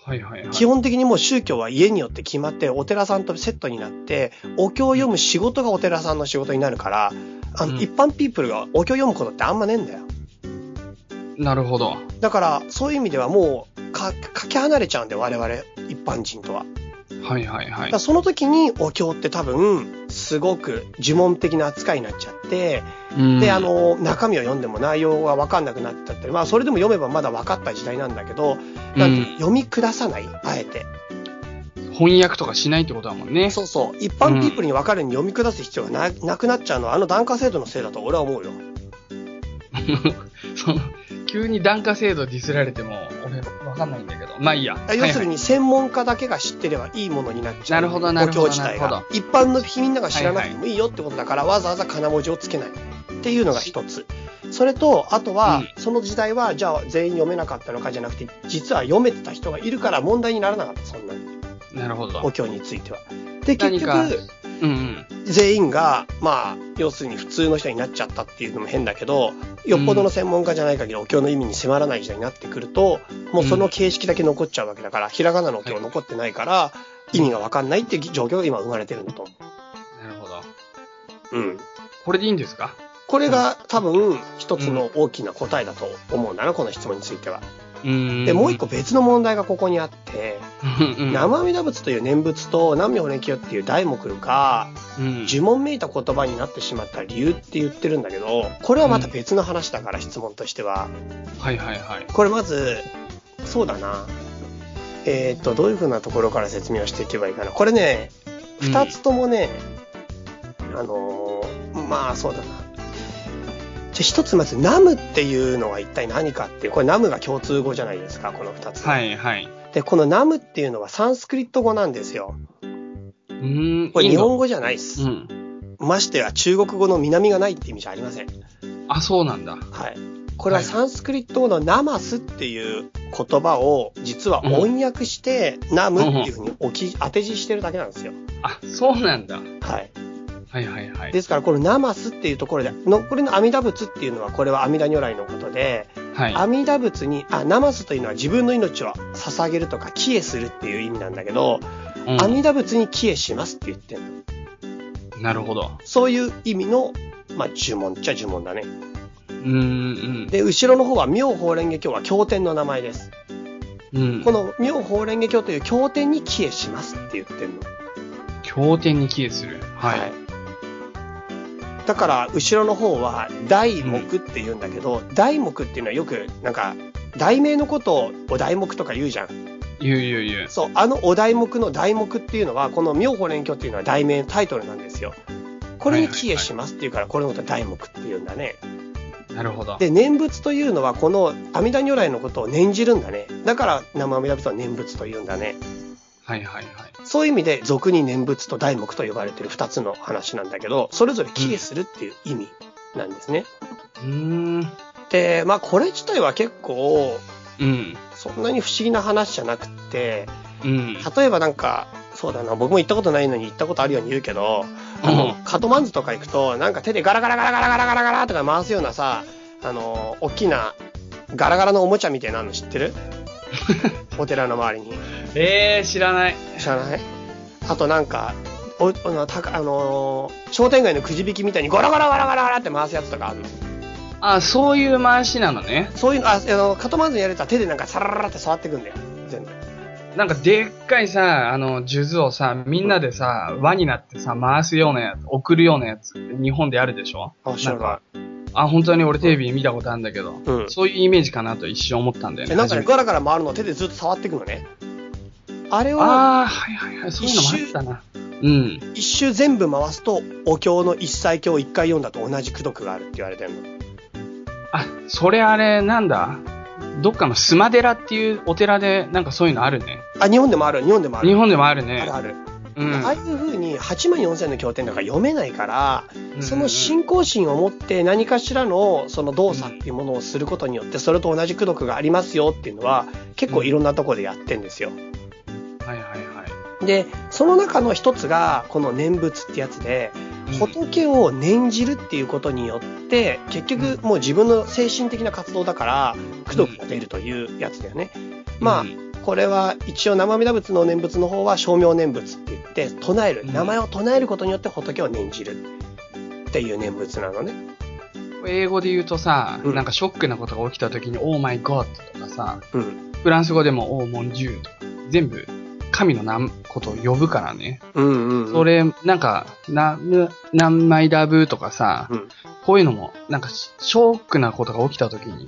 はいはいはい。基本的にもう宗教は家によって決まって、お寺さんとセットになって、お経を読む仕事がお寺さんの仕事になるから、あの、うん一般ピープルがお経を読むことってあんまねえんだよ。なるほど。だから、そういう意味ではもう、か、かけ離れちゃうんだよ、我々、一般人とは。はいはいはだいから。その時にお経って多分、すごく呪文的な扱いになっちゃって、うんで、あ、の、中身を読んでも内容が分かんなくなっちゃって、まあ、それでも読めばまだ分かった時代なんだけど、なんていうの読み下さない、あえて。翻訳とかしないってことだもんね。そうそう。一般ピープルに分かるように読み下す必要がななくなっちゃうのは、あの檀家制度のせいだと俺は思うよ。 [laughs] その、急に檀家制度ディスられても、俺、わかんないんだけど。まあいいや。要するはいはいに専門家だけが知ってればいいものになっちゃう。なるほどなるほどお経自体なるがほ。一般のみんなが知らなくてもいいよってことだから、わざわざ金文字をつけない。っていうのが一つ。それと、あとは、うんその時代は、じゃあ全員読めなかったのかじゃなくて、実は読めてた人がいるから問題にならなかった、そんなに。なるほおど。経については。で、結何か局、うんうん。全員が、まあ、要するに普通の人になっちゃったっていうのも変だけど、よっぽどの専門家じゃない限りお経の意味に迫らない時代になってくると、もうその形式だけ残っちゃうわけだから、ひらがなのお経残ってないから、意味がわかんないっていう状況が今生まれてるんだと思なるほど。う。うん。これでいいんですかこれが多分一つの大きな答えだと思うんだな、この質問については。うーん。で、もう一個別の問題がここにあって、うんうん。生阿弥陀仏という念仏と南無法蓮経っていう題目が、うん。呪文めいた言葉になってしまった理由って言ってるんだけど、これはまた別の話だから、質問としては。はいはいはい。これまず、そうだな。えーっと、どういうふうなところから説明をしていけばいいかな。これね、うん二つともね、あのーまあそうだな。じゃあ一つまず、ナムっていうのは一体何かっていう、これナムが共通語じゃないですか、この二つ。はいはい。で、このナムっていうのはサンスクリット語なんですよ。うーん。これイン日ド本語じゃないです。うん。ましてや中国語の南がないって意味じゃありません。あ、そうなんだ。はい。これはサンスクリット語のナマスっていう言葉を実は翻訳して、ナムっていうふうに置き、当て字してるだけなんですよ。あ、そうなんだ。はい。はいはいはい。ですからこのナマスっていうところで、のこれの阿弥陀仏っていうのはこれは阿弥陀如来のことで、はい。阿弥陀仏に、あ、ナマスというのは自分の命を捧げるとか、帰依するっていう意味なんだけど、うん阿弥陀仏に帰依しますって言ってるの。なるほど。そういう意味の、まあ呪文っちゃ呪文だね。うーん、で、後ろの方は妙法蓮華経は経典の名前です。うん。うん。この妙法蓮華経という経典に帰依しますって言ってるの。経典に帰依する。はい。だから、後ろの方は、題目って言うんだけど、題目っていうのはよく、なんか、題名のことをお題目とか言うじゃん。言う言う言う。そう、あのお題目の題目っていうのは、この妙法蓮華経っていうのは題名、タイトルなんですよ。これに帰依しますっていうから、これのことは題目って言うんだね。なるほど。で、念仏というのは、この阿弥陀如来のことを念じるんだね。だから、生阿弥陀仏は念仏と言うんだね。はいはいはい。そういう意味で俗に念仏と題目と呼ばれてる二つの話なんだけど、それぞれ帰依するっていう意味なんですね。うーん。で、まあこれ自体は結構うん。そんなに不思議な話じゃなくって、うん。例えばなんか、そうだな、僕も行ったことないのに行ったことあるように言うけど、あの、うんカトマンズとか行くと、なんか手でガラガラガラガラガラガラガラとか回すようなさ、あの、大きなガラガラのおもちゃみたいなの知ってるお寺の周りに。えー、知らない。知らないあとなんか、おあのたあのー商店街のくじ引きみたいにゴラゴラゴラゴラゴラって回すやつとかあるの。あ、そういう回しなのね。そういうの、あ、あの、カトマンズにやると手でなんかサラララって触ってくんだよ。全部。なんかでっかいさ、あの、数珠をさ、みんなでさ、輪になってさ、回すようなやつ、送るようなやつ、日本であるでしょあ、知らなんかなあ、本当に俺テレビで見たことあるんだけど、うんそういうイメージかなと一瞬思ったんだよい。ね。え、なんか初ね、めてガラガラ回るのを手でずっと触ってくのね。あれをああ、はいはいはい、そういうのもあったな。うん。一周全部回すと、お経の一切経を一回読んだと同じ功徳があるって言われてるの。あ、それあれ、なんだどっかのスマ寺っていうお寺で、なんかそういうのあるね。あ、日本でもある、日本でもある。日本でもあるあねる。ある。うん。ああいう風に8万4000の経典なんか読めないから、うんその信仰心を持って何かしらのその動作っていうものをすることによってそれと同じ功徳がありますよっていうのは結構いろんなところでやってんですよ。はいはいはで、その中の一つがこの念仏ってやつでい。仏を念じるっていうことによって結局もう自分の精神的な活動だから功徳が出るというやつだよね。まあうんこれは一応生阿弥陀仏の念仏の方は称名念仏って言って唱えるうん名前を唱えることによって仏を念じるっていう念仏なのね英語で言うとさ、うんなんかショックなことが起きた時に、オーマイゴッドとかさ、うんフランス語でもオーモンジューとか、全部神のなんことを呼ぶからね。うんうんそれ、なんか、な、ぬ、何枚だぶとかさ、うんこういうのも、なんかシショックなことが起きた時に、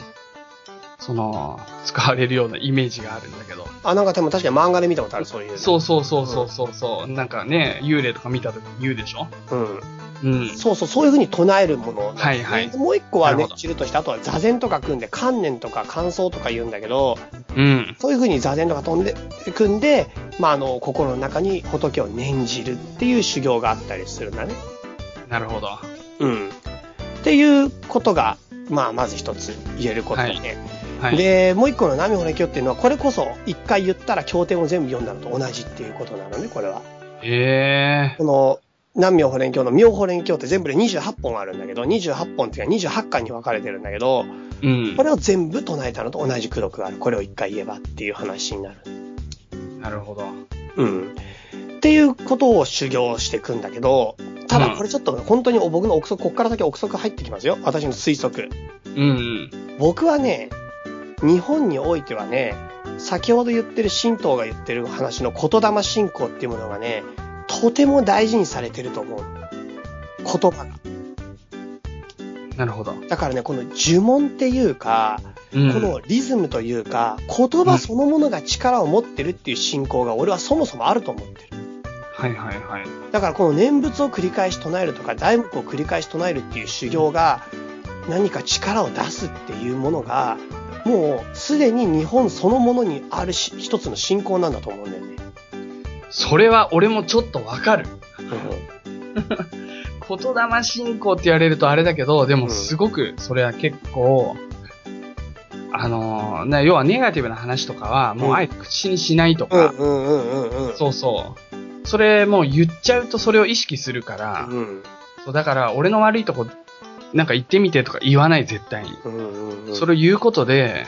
その、使われるようなイメージがあるんだけど。あなんかでも確かに漫画で見たことあるそういうのそうそうそうそうそうそう、なんかね、幽霊とか見た時に言うでしょうん、うん。そうそうそういうふうに唱えるもの、はいはいでもう一個はなる念ほどじるとしてあとは座禅とか組んで観念とか観想とか言うんだけどうん。そういうふうに座禅とか飛んで組んで、まあ、あの心の中に仏を念じるっていう修行があったりするんだねなるほど。うん。っていうことが、まあ、まず一つ言えることで、はいはい。で、もう一個のナミホネ教っていうのは、これこそ一回言ったら経典を全部読んだのと同じっていうことなのね、これは。ええこの、南妙法蓮教の妙法蓮教って全部で28本あるんだけど、28本っていうか28巻に分かれてるんだけど、うんこ。れを全部唱えたのと同じ功徳がある。これを一回言えばっていう話になる。なるほど。うん。っていうことを修行していくんだけど、ただこれちょっと本当に僕の憶測、こっから先憶測入ってきますよ。私の推測。うん僕はね、日本においてはね、先ほど言ってる神道が言ってる話の言霊信仰っていうものがね、とても大事にされてると思う。言葉が。うん。なるほど。だからね、この呪文っていうか、うん。このリズムというか、言葉そのものが力を持ってるっていう信仰が俺はそもそもあると思ってる。はいはいはい。だからこの念仏を繰り返し唱えるとか、題目を繰り返し唱えるっていう修行が、何か力を出すっていうものが、もうすでに日本そのものにあるし一つの信仰なんだと思うんだよね。それは俺もちょっとわかる。言霊信仰って言われるとあれだけど、でうんもすごくそれは結構、あのーな要はネガティブな話とかは、もうあえて口にしないとうんか、うんうんうんうん。そうそう。それもう言っちゃうとそれを意識するから、うんそうだから俺の悪いとこ、なんか言ってみてとか言わない絶対に。うんうんうん。それを言うことで、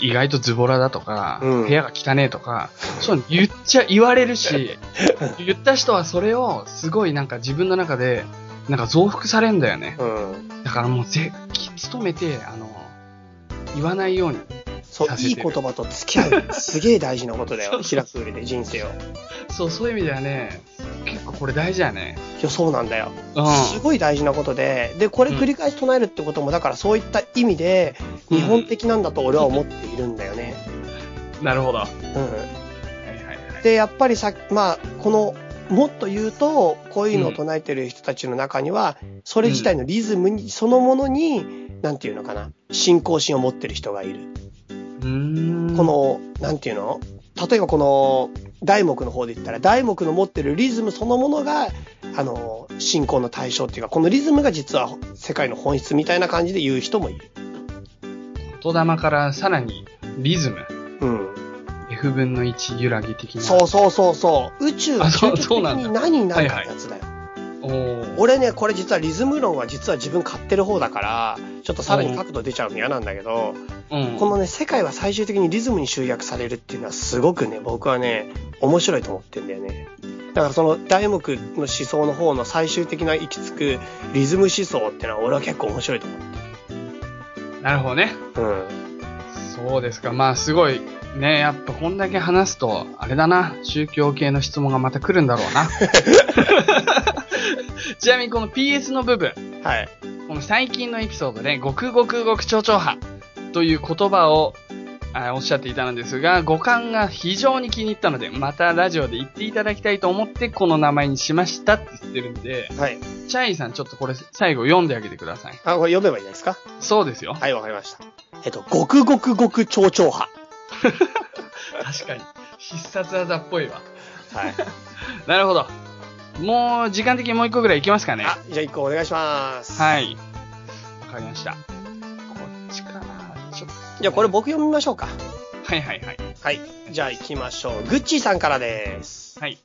い意外とズボラだとか、うん部屋が汚えとか、そういうの言っちゃ、言われる [laughs] し、言った人はそれをすごいなんか自分の中で、なんか増幅されんだよね。うん。だからもうぜ、努めて、あの、言わないように。そう、させてるいい言葉と付き合う。すげえ大事なことだそよ。うそう開く上で人生を。いそう、そういう意味ではね、結構これ大事やね。や、そうなんだよ。うん。すごい大事なことで、で、これ繰り返し唱えるってことも、だからそういった意味で、うん日本的なんだと俺は思っているんだよね。なるほど。はいうん。はいはい。で、やっぱりさ、まあ、この、もっと言うと、こういうのを唱えてる人たちの中には、それ自体のリズムに、そのものに、なんていうのかな、信仰心を持ってる人がいる。うーん。こ、の、なんていうの例えばこの、題目の方で言ったら、題目の持ってるリズムそのものが、あの、信仰の対象っていうか、このリズムが実は世界の本質みたいな感じで言う人もいる。言霊からさらにリズム。うん。 F 分の1揺らぎ的な。そうそうそうそう。宇宙があそう究極的そうなんだに何になるかはっいてはいやつだよ。おー俺ね、これ実はリズム論は実は自分買ってる方だから、ちょっとさらに角度出ちゃうの嫌なんだけど、うん、このね、世界は最終的にリズムに集約されるっていうのはすごくね、僕はね、面白いと思ってんだよね。だからその題目の思想の方の最終的な行き着くリズム思想ってのは俺は結構面白いと思なるほどね。う。うん。そうですか。まあすごい。ねやっぱこんだけ話すと、あれだな。宗教系の質問がまた来るんだろうな。 [laughs] ちなみにこの PS の部分。はい。この最近のエピソードで、ごくごくごく蝶々派という言葉をあおっしゃっていたのですが、語感が非常に気に入ったので、またラジオで言っていただきたいと思って、この名前にしましたって言ってるんで、はい。チャイさんちょっとこれ最後読んであげてください。あ、これ読めばいいですかそうですよ。はい、わかりました。えっと、ごくごくごく蝶々派。確かに。必殺技っぽいわ。はい。なるほど。もう、時間的にもう一個ぐらいいきますかね。あ、じゃあ1個お願いします。い。はい。わかりました。こっちかなちょっと。じゃあこれ僕読みましょうか。はいはいはい。はい。じゃあ行きましょう。グッチーさんからです。はい。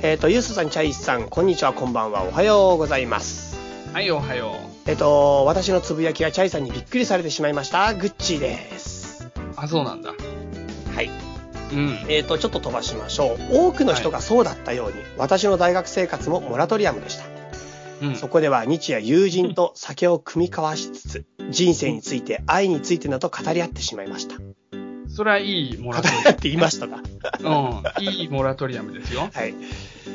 えっ、と、ユースさん、チャイスさん、こんにちは、こんばんは、おはようございます。はい、おはよえっ、と、私のつぶやきがチャイさんにびっくりされてしまいました。グッチーです。う。あ、そうなんだ。はい。うん。えっ、と、ちょっと飛ばしましょう。多くの人がそうだったように、私の大学生活もモラトリアムでした。うんそこでは日夜友人と酒を酌み交わしつつ、人生について、愛についてなど語り合ってしまいました。語それはいいモラトりリ合って言いましたが。アム。うん。いいモラトリアムですよ。はい。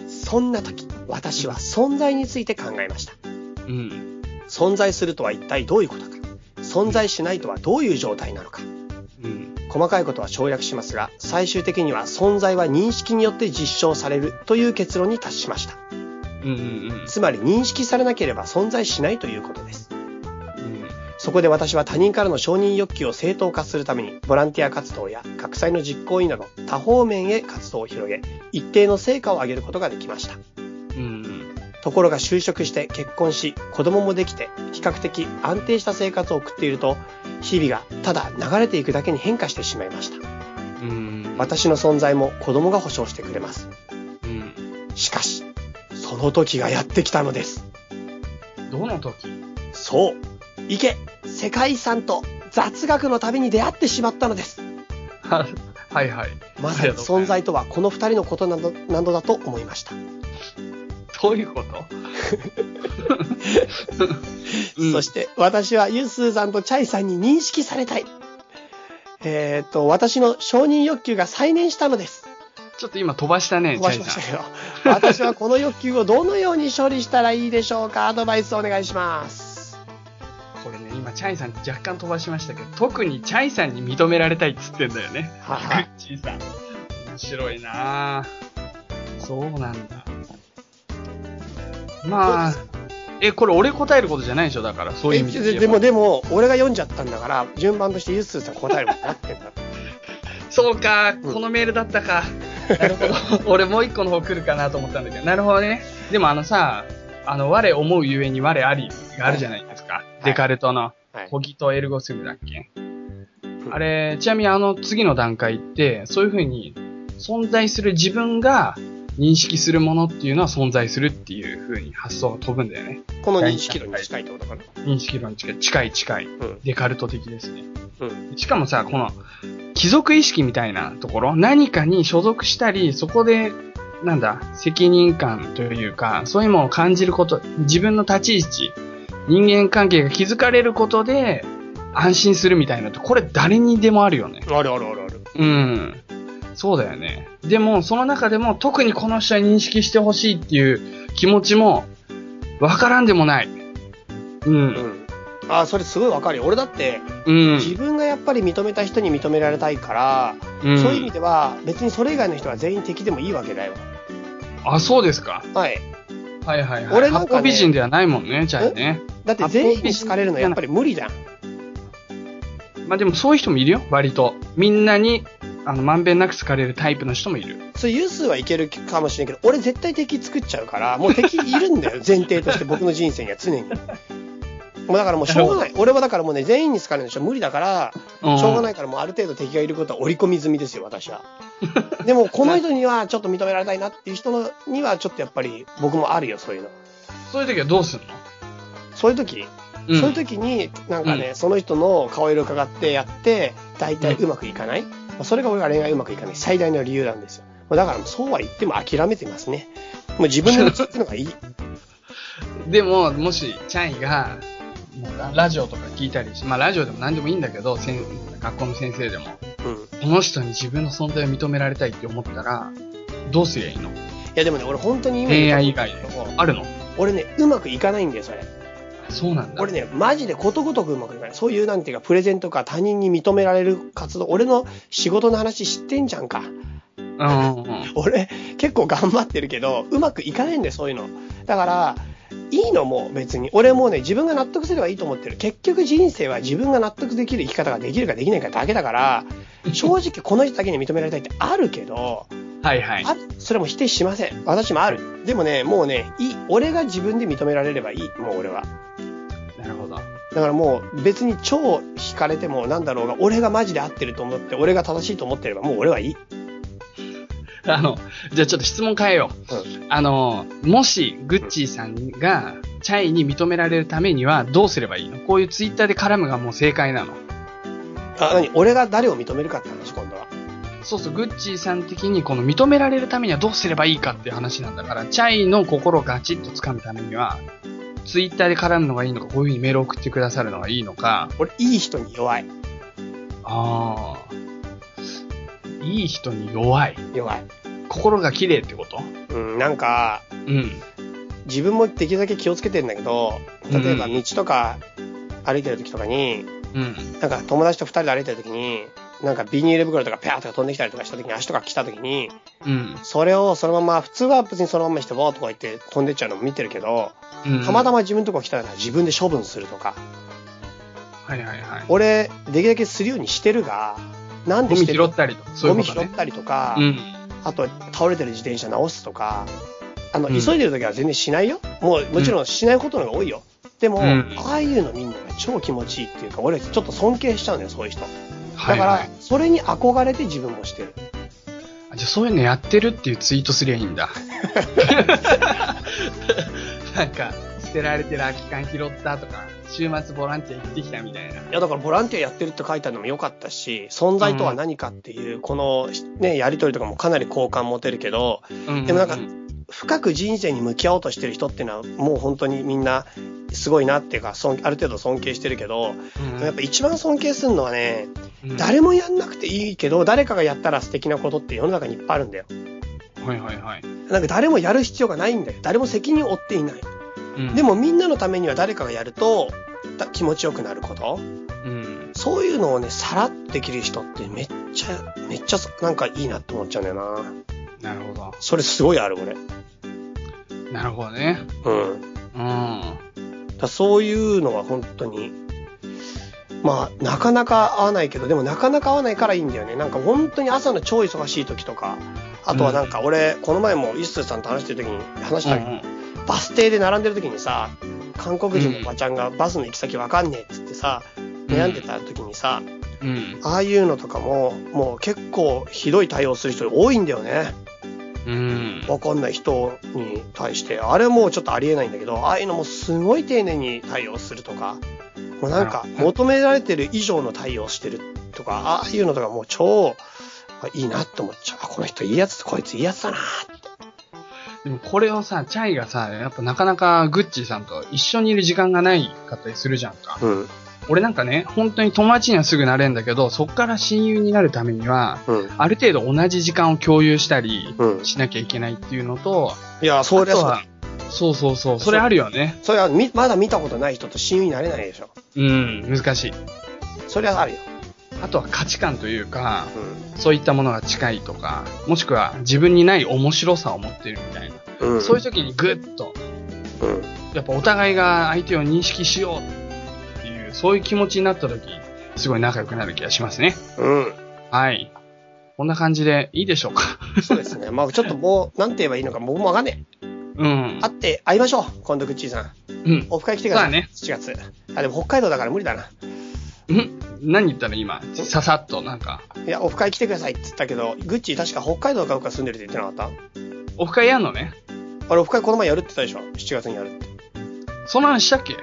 そんな時、私は存在について考えました。うん。存在するとは一体どういうことか存在しないとはどういう状態なのかうん。細かいことは省略しますが最終的には存在は認識によって実証されるという結論に達しましたうんうんつまり認識されなければ存在しないということですうん。そこで私は他人からの承認欲求を正当化するためにボランティア活動や学祭の実行委員など多方面へ活動を広げ一定の成果を上げることができましたうん。うん。ところが就職して結婚し子供もできて比較的安定した生活を送っていると日々がただ流れていくだけに変化してしまいましたうん。私の存在も子供が保証してくれますうん。しかしその時がやってきたのですどの時 [laughs] そう行け世界遺産と雑学の旅に出会ってしまったのですは、はいはい。まさに存在とはこの二人のことなどなのだと思いました、どういうこと [laughs] うんそして私はユースーさんとチャイさんに認識されたいえっ、と私の承認欲求が再燃したのですちょっと今飛ばしたね、飛ばしチャまイしさたん。けど私はこの欲求をどのように処理したらいいでしょうかアドバイスお願いしますこれね、今、チャイさん若干飛ばしましたけど、特にチャイさんに認められたいっつってんだよね。はグはッチーさん。面白いなぁ。そうなんだ。まあど、え、これ俺答えることじゃないでしょだから、そういう意味でえで言えでば。もでも俺が読んじゃったんだから順番としてユースーさん答えることになってん [laughs] だそうか、うんこのメールだった [laughs] か。なるほど。俺もう一個の方来るかなと思ったんだけど。なるほどね。でもあのさ、あの、我思うゆえに我ありがあるじゃないですか。いデカルトの、はいコギとエルゴスムだっけ、あれ、ちなみにあの次の段階って、そういう風に存在する自分が認識するものっていうのは存在するっていう風に発想が飛ぶんだよね。この認識度に近いってことかな認識論に近い、近い近い。うんデカルト的ですね。うんしかもさ、この、貴族意識みたいなところ、何かに所属したり、そこで、なんだ、責任感というか、そういうものを感じること、自分の立ち位置、人間関係が築かれることで、安心するみたいなと、これ誰にでもあるよね。あるあるあるあるうん。そうだよね。でも、その中でも、特にこの人は認識してほしいっていう気持ちも、わからんでもない。うんう。んあそれすごいわかるよ俺だってうん。自分がやっぱり認めた人に認められたいから、うんそういう意味では別にそれ以外の人は全員敵でもいいわけだよあ、そうですか。はいはいはいはい。俺俺なんかねなんか、美人ではないもんね、チャイね。だって全員に好かれるのやっぱり無理じゃんまあでもそういう人もいるよ、割と。みんなに、あの、まんべんなく好かれるタイプの人もいる。それユースはいけるかもしれないけど俺絶対敵作っちゃうからもう敵いるんだ [laughs] よ前提として僕の人生には常にもうだからもうしょうがない俺はだからもうね全員に好かれるのしょ無理だからうん、。しょうがないいからもうある程度敵がいることは織り込み済みですよ私はでもこの人にはちょっと認められたいなっていう人のにはちょっとやっぱり僕もあるよそういうのそういう時はどうすんのそういう時、うんそういう時に、なんかね、うんその人の顔色伺ってやって、大体うまくいかない。それが俺が恋愛うまくいかない最大の理由なんですよ。だから、そうは言っても諦めてますね。もう自分で打つってのがいい。でも、もし、チャイが、もうララジオとか聞いたりし、まあラジオでも何でもいいんだけど、せん学校の先生でも、うん。この人に自分の存在を認められたいって思ったら、どうすりゃいいのいやでもね、俺本当に今恋言う愛と以外で。 [laughs] あるの俺ね、うまくいかないんだよ、それ。そうなんだ。俺ね、マジでことごとくうまくいかない。そういうなんていうか、プレゼントか他人に認められる活動。俺の仕事の話知ってんじゃんか。うんうんうん。俺、結構頑張ってるけど、うまくいかないんだよ、そういうの。だから、いいのもう別に。俺もうね、自分が納得すればいいと思ってる。結局人生は自分が納得できる生き方ができるかできないかだけだから、正直この人だけに認められたいってあるけど、はいはい。あそれも否定しません。私もある。でもね、もうね、いい。俺が自分で認められればいい。もう俺は。なるほど。だからもう別に超惹かれてもなんだろうが、俺がマジで合ってると思って、俺が正しいと思ってればもう俺はいい。 [laughs] あの、じゃあちょっと質問変えよう。うあの、もし、グッチーさんが、チャイに認められるためには、どうすればいいのこういうツイッターで絡むがもう正解なの。あ、何俺が誰を認めるかって話、今度は。そうそう、グッチーさん的に、この認められるためにはどうすればいいかっていう話なんだから、チャイの心をガチッと掴むためには、ツイッターで絡むのがいいのか、こういう風にメールを送ってくださるのがいいのか、俺、いい人に弱い。ああ、いい人に弱い。弱い。心が綺麗ってことうん、なんか、うん。自分もできるだけ気をつけてんだけど、例えば道とか歩いてる時とかに、うん。なんか友達と二人で歩いてる時に、なんかビニール袋とかペアとか飛んできたりとかした時に足とか来た時に、うん。それをそのまま、普通は別にそのままにしてボーっとこうやって飛んでっちゃうのも見てるけど、うん。たまたま。ま自分のとこ来たら自分で処分するとか、はいはいはい。俺、できるだけするようにしてるが、なんゴでミして拾るったりとか、そういゴうこミと拾っね。たりとか、うん。あと倒れてる自転車直すとか、あの、うん急いでる時は全然しないよ。もう、もちろんしないことの方が多いよ。でも、うんああいうのみんなが超気持ちいいっていうか、俺ちょっと尊敬しちゃうんだよ、そういう人。だかはいら、はい。それに憧れて自分もしてる。あじゃあそういうのやってるっていうツイートすりゃいいん [laughs] だ。なんか、捨てられてる空き缶拾ったとか、週末ボランティア行ってきたみたいな。いや、だからボランティアやってるって書いてあるのも良かったし、存在とは何かっていう、この、ね、やりとりとかもかなり好感持てるけど、うんでもなんか、深く人生に向き合おうとしてる人ってのは、もう本当にみんな、すごいなっていうか、尊ある程度尊敬してるけど、やっぱ一番尊敬するのはね、誰も、もやんなくていいけど、誰かがやったら素敵なことって世の中にいっぱいあるんだよ。はいはいはい。なんか誰もやる必要がないんだよ。誰も責任を負っていない。うんで、もみんなのためには誰かがやると、だ気持ちよくなること。うん。そういうのをね、さらっとできる人ってめっちゃ、めっちゃなんかいいなって思っちゃうんだよな。なるほど。それすごいある、俺。なるほどね。うん。うん。だそういうのは本当に、まあ、なかなか合わないけど、でもなかなか合わないからいいんだよね。なんか本当に朝の超忙しい時とか、あとはなんか俺、この前もイッスーさんと話してる時に話したけど、バス停で並んでる時にさ、韓国人のおばちゃんがバスの行き先わかんねえっつってさ、悩んでた時にさ、うん。ああいうのとかも、もう結構ひどい対応する人多いんだよね。うん。わかんない人に対して、あれもうちょっとありえないんだけど、ああいうのもすごい丁寧に対応するとか、もうなんかなるほど求められてる以上の対応してるとか、ああいうのとかもう超、あいいなって思っちゃう。あこの人いいやつ、こいついいやつだなでもこれをさ、チャイがさ、やっぱなかなかグッチーさんと一緒にいる時間がないかったりするじゃんか。うん、俺なんかね、本当に友達にはすぐなれんだけど、そっから親友になるためには、うん、ある程度同じ時間を共有したりうん。しなきゃいけないっていうのと、いや、そあれとはは、、そうそうそう、それあるよね。それはみまだ見たことない人と親友になれないでしょ。うん、難しい。それはあるよ。あとは価値観というか、うそういったものが近いとか、もしくは自分にない面白さを持ってるみたいな。ん。うん、そういう時にグッと、うん。やっぱお互いが相手を認識しようっていう、そういう気持ちになった時、すごい仲良くなる気がしますね。うん。はい。こんな感じでいいでしょうか。そうですね。まあちょっともう、なんて言えばいいのか、僕もわかんねえ。うん。会って、会いましょう。今度、グッチーさん。うん。オフ会来てください。そうだね7月。あ、でも北海道だから無理だな。ん何言ったの今。ささっと、なんか。いや、オフ会来てくださいって言ったけど、グッチー確か北海道かどうか住んでるって言ってなかっオフ会やんのね。たあれ、オフ会この前やるって言ったでしょ。7月にやるって。そんな話したっけ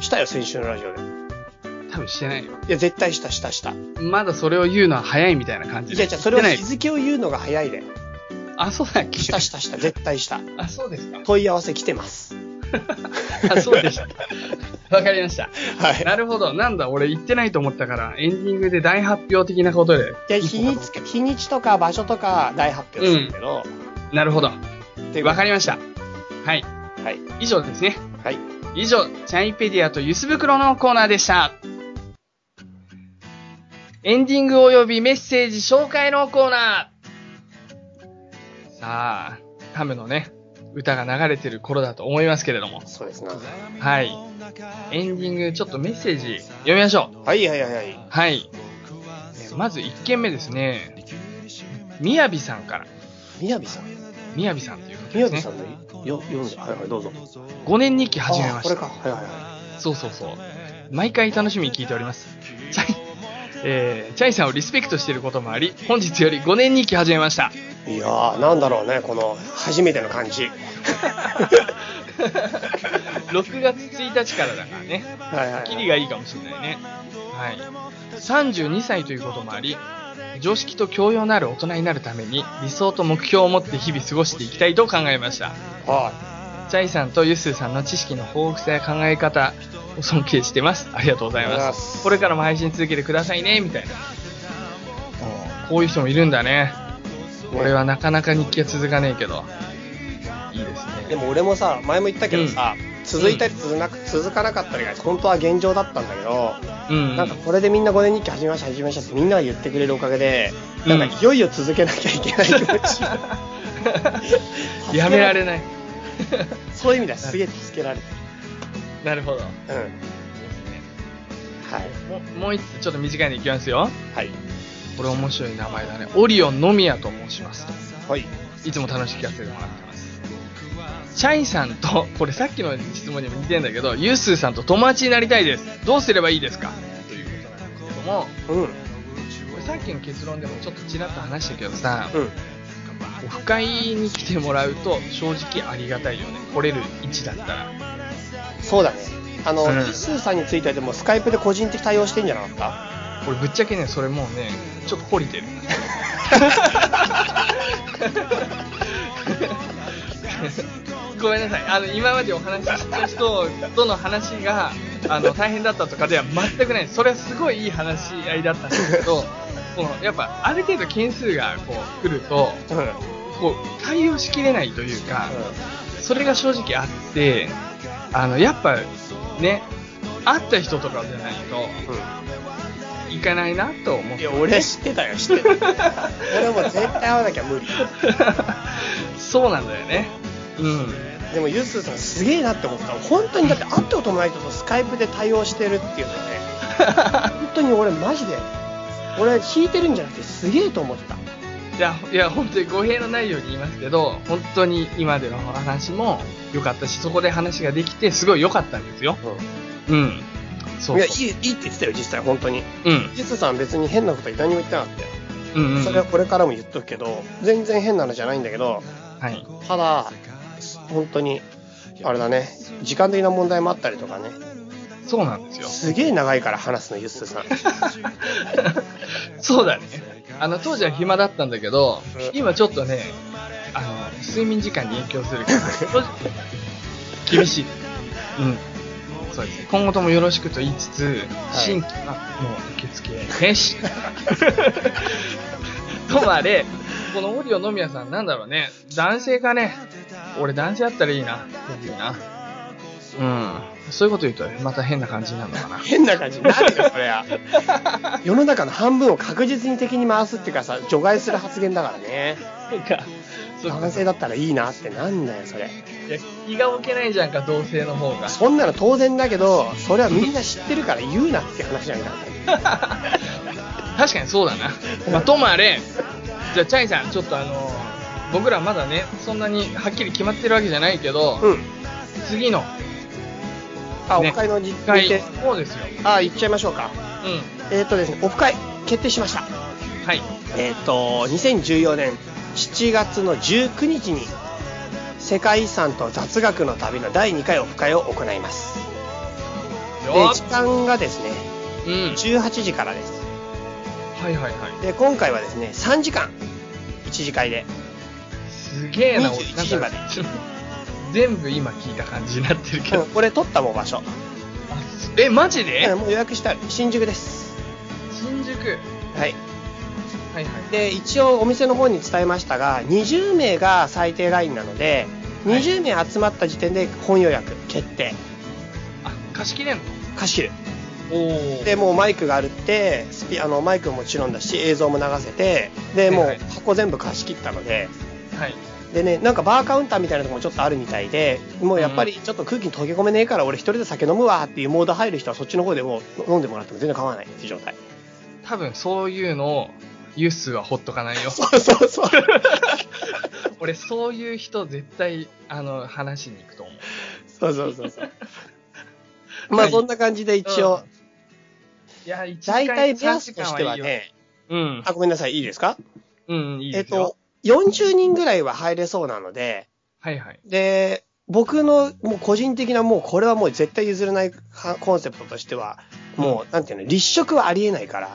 したよ、先週のラジオで。い多分してないよ。や、絶対した、した、した。いまだそれを言うのは早いみたいな感じで。や、じゃあそれはして日ない。付を言うのが早いで。あ、そうだっけした、し [laughs] た、した、絶対した。あ、そうですか。問い合わせ来てます。 [laughs] あ、そうでした。わかりました。はい。なるほど。なんだ、俺言ってないと思ったから、エンディングで大発表的なことで。いや、日にち、日にちとか場所とか大発表するけど。なるほど。っていうわかりりました。はい。はい。以上ですね。はい。以上、チャイペディアとユス袋のコーナーでした。エンディング及びメッセージ紹介のコーナーさあ、タムのね、歌が流れてる頃だと思いますけれども。そうですな。ははい。エンディング、ちょっとメッセージ読みましょう。い、はい、はい、はい。はい。えーまず1件目ですね。みやびさんから。みやびさん。みやびさんということみやですびねさ。んでよ、読んで。はい、はい、どうぞ。 5年日記始めましあこれた。か。はい、はい、はそうそうそう。毎回楽しみに聞いております。チャイ、えーチャイさんをリスペクトしていることもあり、本日より5年日記始めました。 [laughs] い。いやー、なんだろうね、この、初めての感じ。 6月1日からだからね。はい、はい。キリがいいかもしれないね。はい。32歳ということもあり、常識と教養のある大人になるために、理想と目標を持って日々過ごしていきたいと考えました。はチャイさんとユスーさんの知識の豊富さや考え方を尊敬してます。ありがとうございありがとうございま。ますすこれからも配信続けてくださいね、みたいな。こういう人もいるんだね。俺はなかなか日記が続かねえけど。いいですい。でね。も俺もさ、前も言ったけどさ、続いたり続なく続かなかったりが、本当は現状だったんだけど、うん。なんかこれでみんな5年日記始めました、始めましたってみんなが言ってくれるおかげで、なんかいよいよ続けなきゃいけない気持ち。 [laughs] やめられない。そういう意味ではすげえ助けられてなるほど。る。うん。はい。ももう一つちょっと短いのいきますよ。はい。これ面白い名前だね。オリオンのみやと申します。はい。いつも楽しく聞かせてもらってます。シャイさんと、 [laughs] これさっきの質問にも似てんだけど、ユースーさんと友達になりたいです。どうすればいいですかということなんですけども、うん。うん。これさっきの結論でもちょっとちらっと話したけどさ、オフ会に来てもらうと正直ありがたいよね。来れる位置だったら。そうだね。あの、うんジスーさんについてはでもスカイプで個人的対応してんじゃなかっ俺ぶっちゃけね、それもうね、ちょっと懲りてる。 [laughs] ごめんなさい、あの今までお話しした人との話があの大変だったとかでは全くないです、それはすごいいい話し合いだったんですけど、このやっぱある程度件数がこう来るとたうん。うん。こう、対応しきれないというか、それが正直あって、あのやっぱね、会った人とかじゃないといかないなと思っいてや、。俺は知ってたよ、知ってた。 [laughs] 俺はもう絶対会わなきゃ無理。 [laughs] そうなんだよね。うん。 [laughs] でもユスーさんすげえなって思った本当にだって会ったこともない人とスカイプで対応してるっていうのはね本当に俺マジで俺引いてるんじゃなくてすげえと思ったいや、いや、本当に語弊のないように言いますけど、本当に今までの話も良かったし、そこで話ができて、すごい良かったんですよ。うん。そういやいそいいいって言ってたよ実際本当にう。うん。ユスーさん別に変なこと何も言ってなかったようん、うん。それはこれからも言っとくけど全然変なのじゃないんだけどはい。ただ本当にあれだね時間的な問題もあったりとかねそうなんですよ。すげえ長いから話すのユスーさんそうだね。あの、当時は暇だったんだけどうん、今ちょっとね、あの、睡眠時間に影響するから、 [laughs] 正直厳しい。うん。そうですね。今後ともよろしくと言いつつ、新規はもう受付停止。 [laughs] とまで、このオリオのみやさんなんだろうね。男性かね。俺男性だったらいいな。いいな。うん。そういうこと言うとまた変な感じになるのかな。変な感じになるよそれは [laughs] 世の中の半分を確実に敵に回すっていうかさ除外する発言だからねそうか。そうか男性だったらいいなってなんだよそれいや気が置けないじゃんか同性の方が [laughs] そんなの当然だけどそれはみんな知ってるから言うなって話なんだ確かにそうだな、まあ、ともあれじゃあチャイさんちょっとあの僕らまだねそんなにはっきり決まってるわけじゃないけど、うん次のあ、ねオフ会の日一程回そうですよあ行っちゃいましょうかうえっ、とですねオフ会決定しましたんはいえっ、と2014年7月の19日に世界遺産と雑学の旅の第2回オフ会を行います。でよっ時間がですね、うん。 18時からです。はいはいはい。で、今回はですね、3時間、1次会で。すげえな、 21時までなんか全部今聞いた感じになってるけうんど。これ撮ったもん場所。え、マジでうんもう予約してある。新宿です。新宿。はい。はいはい。で、一応お店の方に伝えましたが、20名が最低ラインなので、はい20名集まった時点で本予約決定。あ、貸し切れんの貸し切る。おお。でもうマイクがあるってスピあのマイクももちろんだし映像も流せてでもはうい箱全部貸し切ったのではい。でねなんかバーカウンターみたいなとこもちょっとあるみたいでもうやっぱりちょっと空気に溶け込めねえから俺一人で酒飲むわっていうモード入る人はそっちの方でもう飲んでもらっても全然構わないっていう状態多分そういうのを、ユースはほっとかないよ。 [laughs] そうそうそう [laughs] 俺、そういう人絶対、あの、話しに行くと思う。 [laughs] そうそうそうそうまあそんな感じで一応、いや、一時間大体目3安時と間してはいいよ。ねうん。あごめんなさいいいですかうん、いいでえっすよ。と40人ぐらいは入れそうなので、はいはい。で、僕のもう個人的なもうこれはもう絶対譲れないかコンセプトとしては、もうなんていうの、立食はありえないから、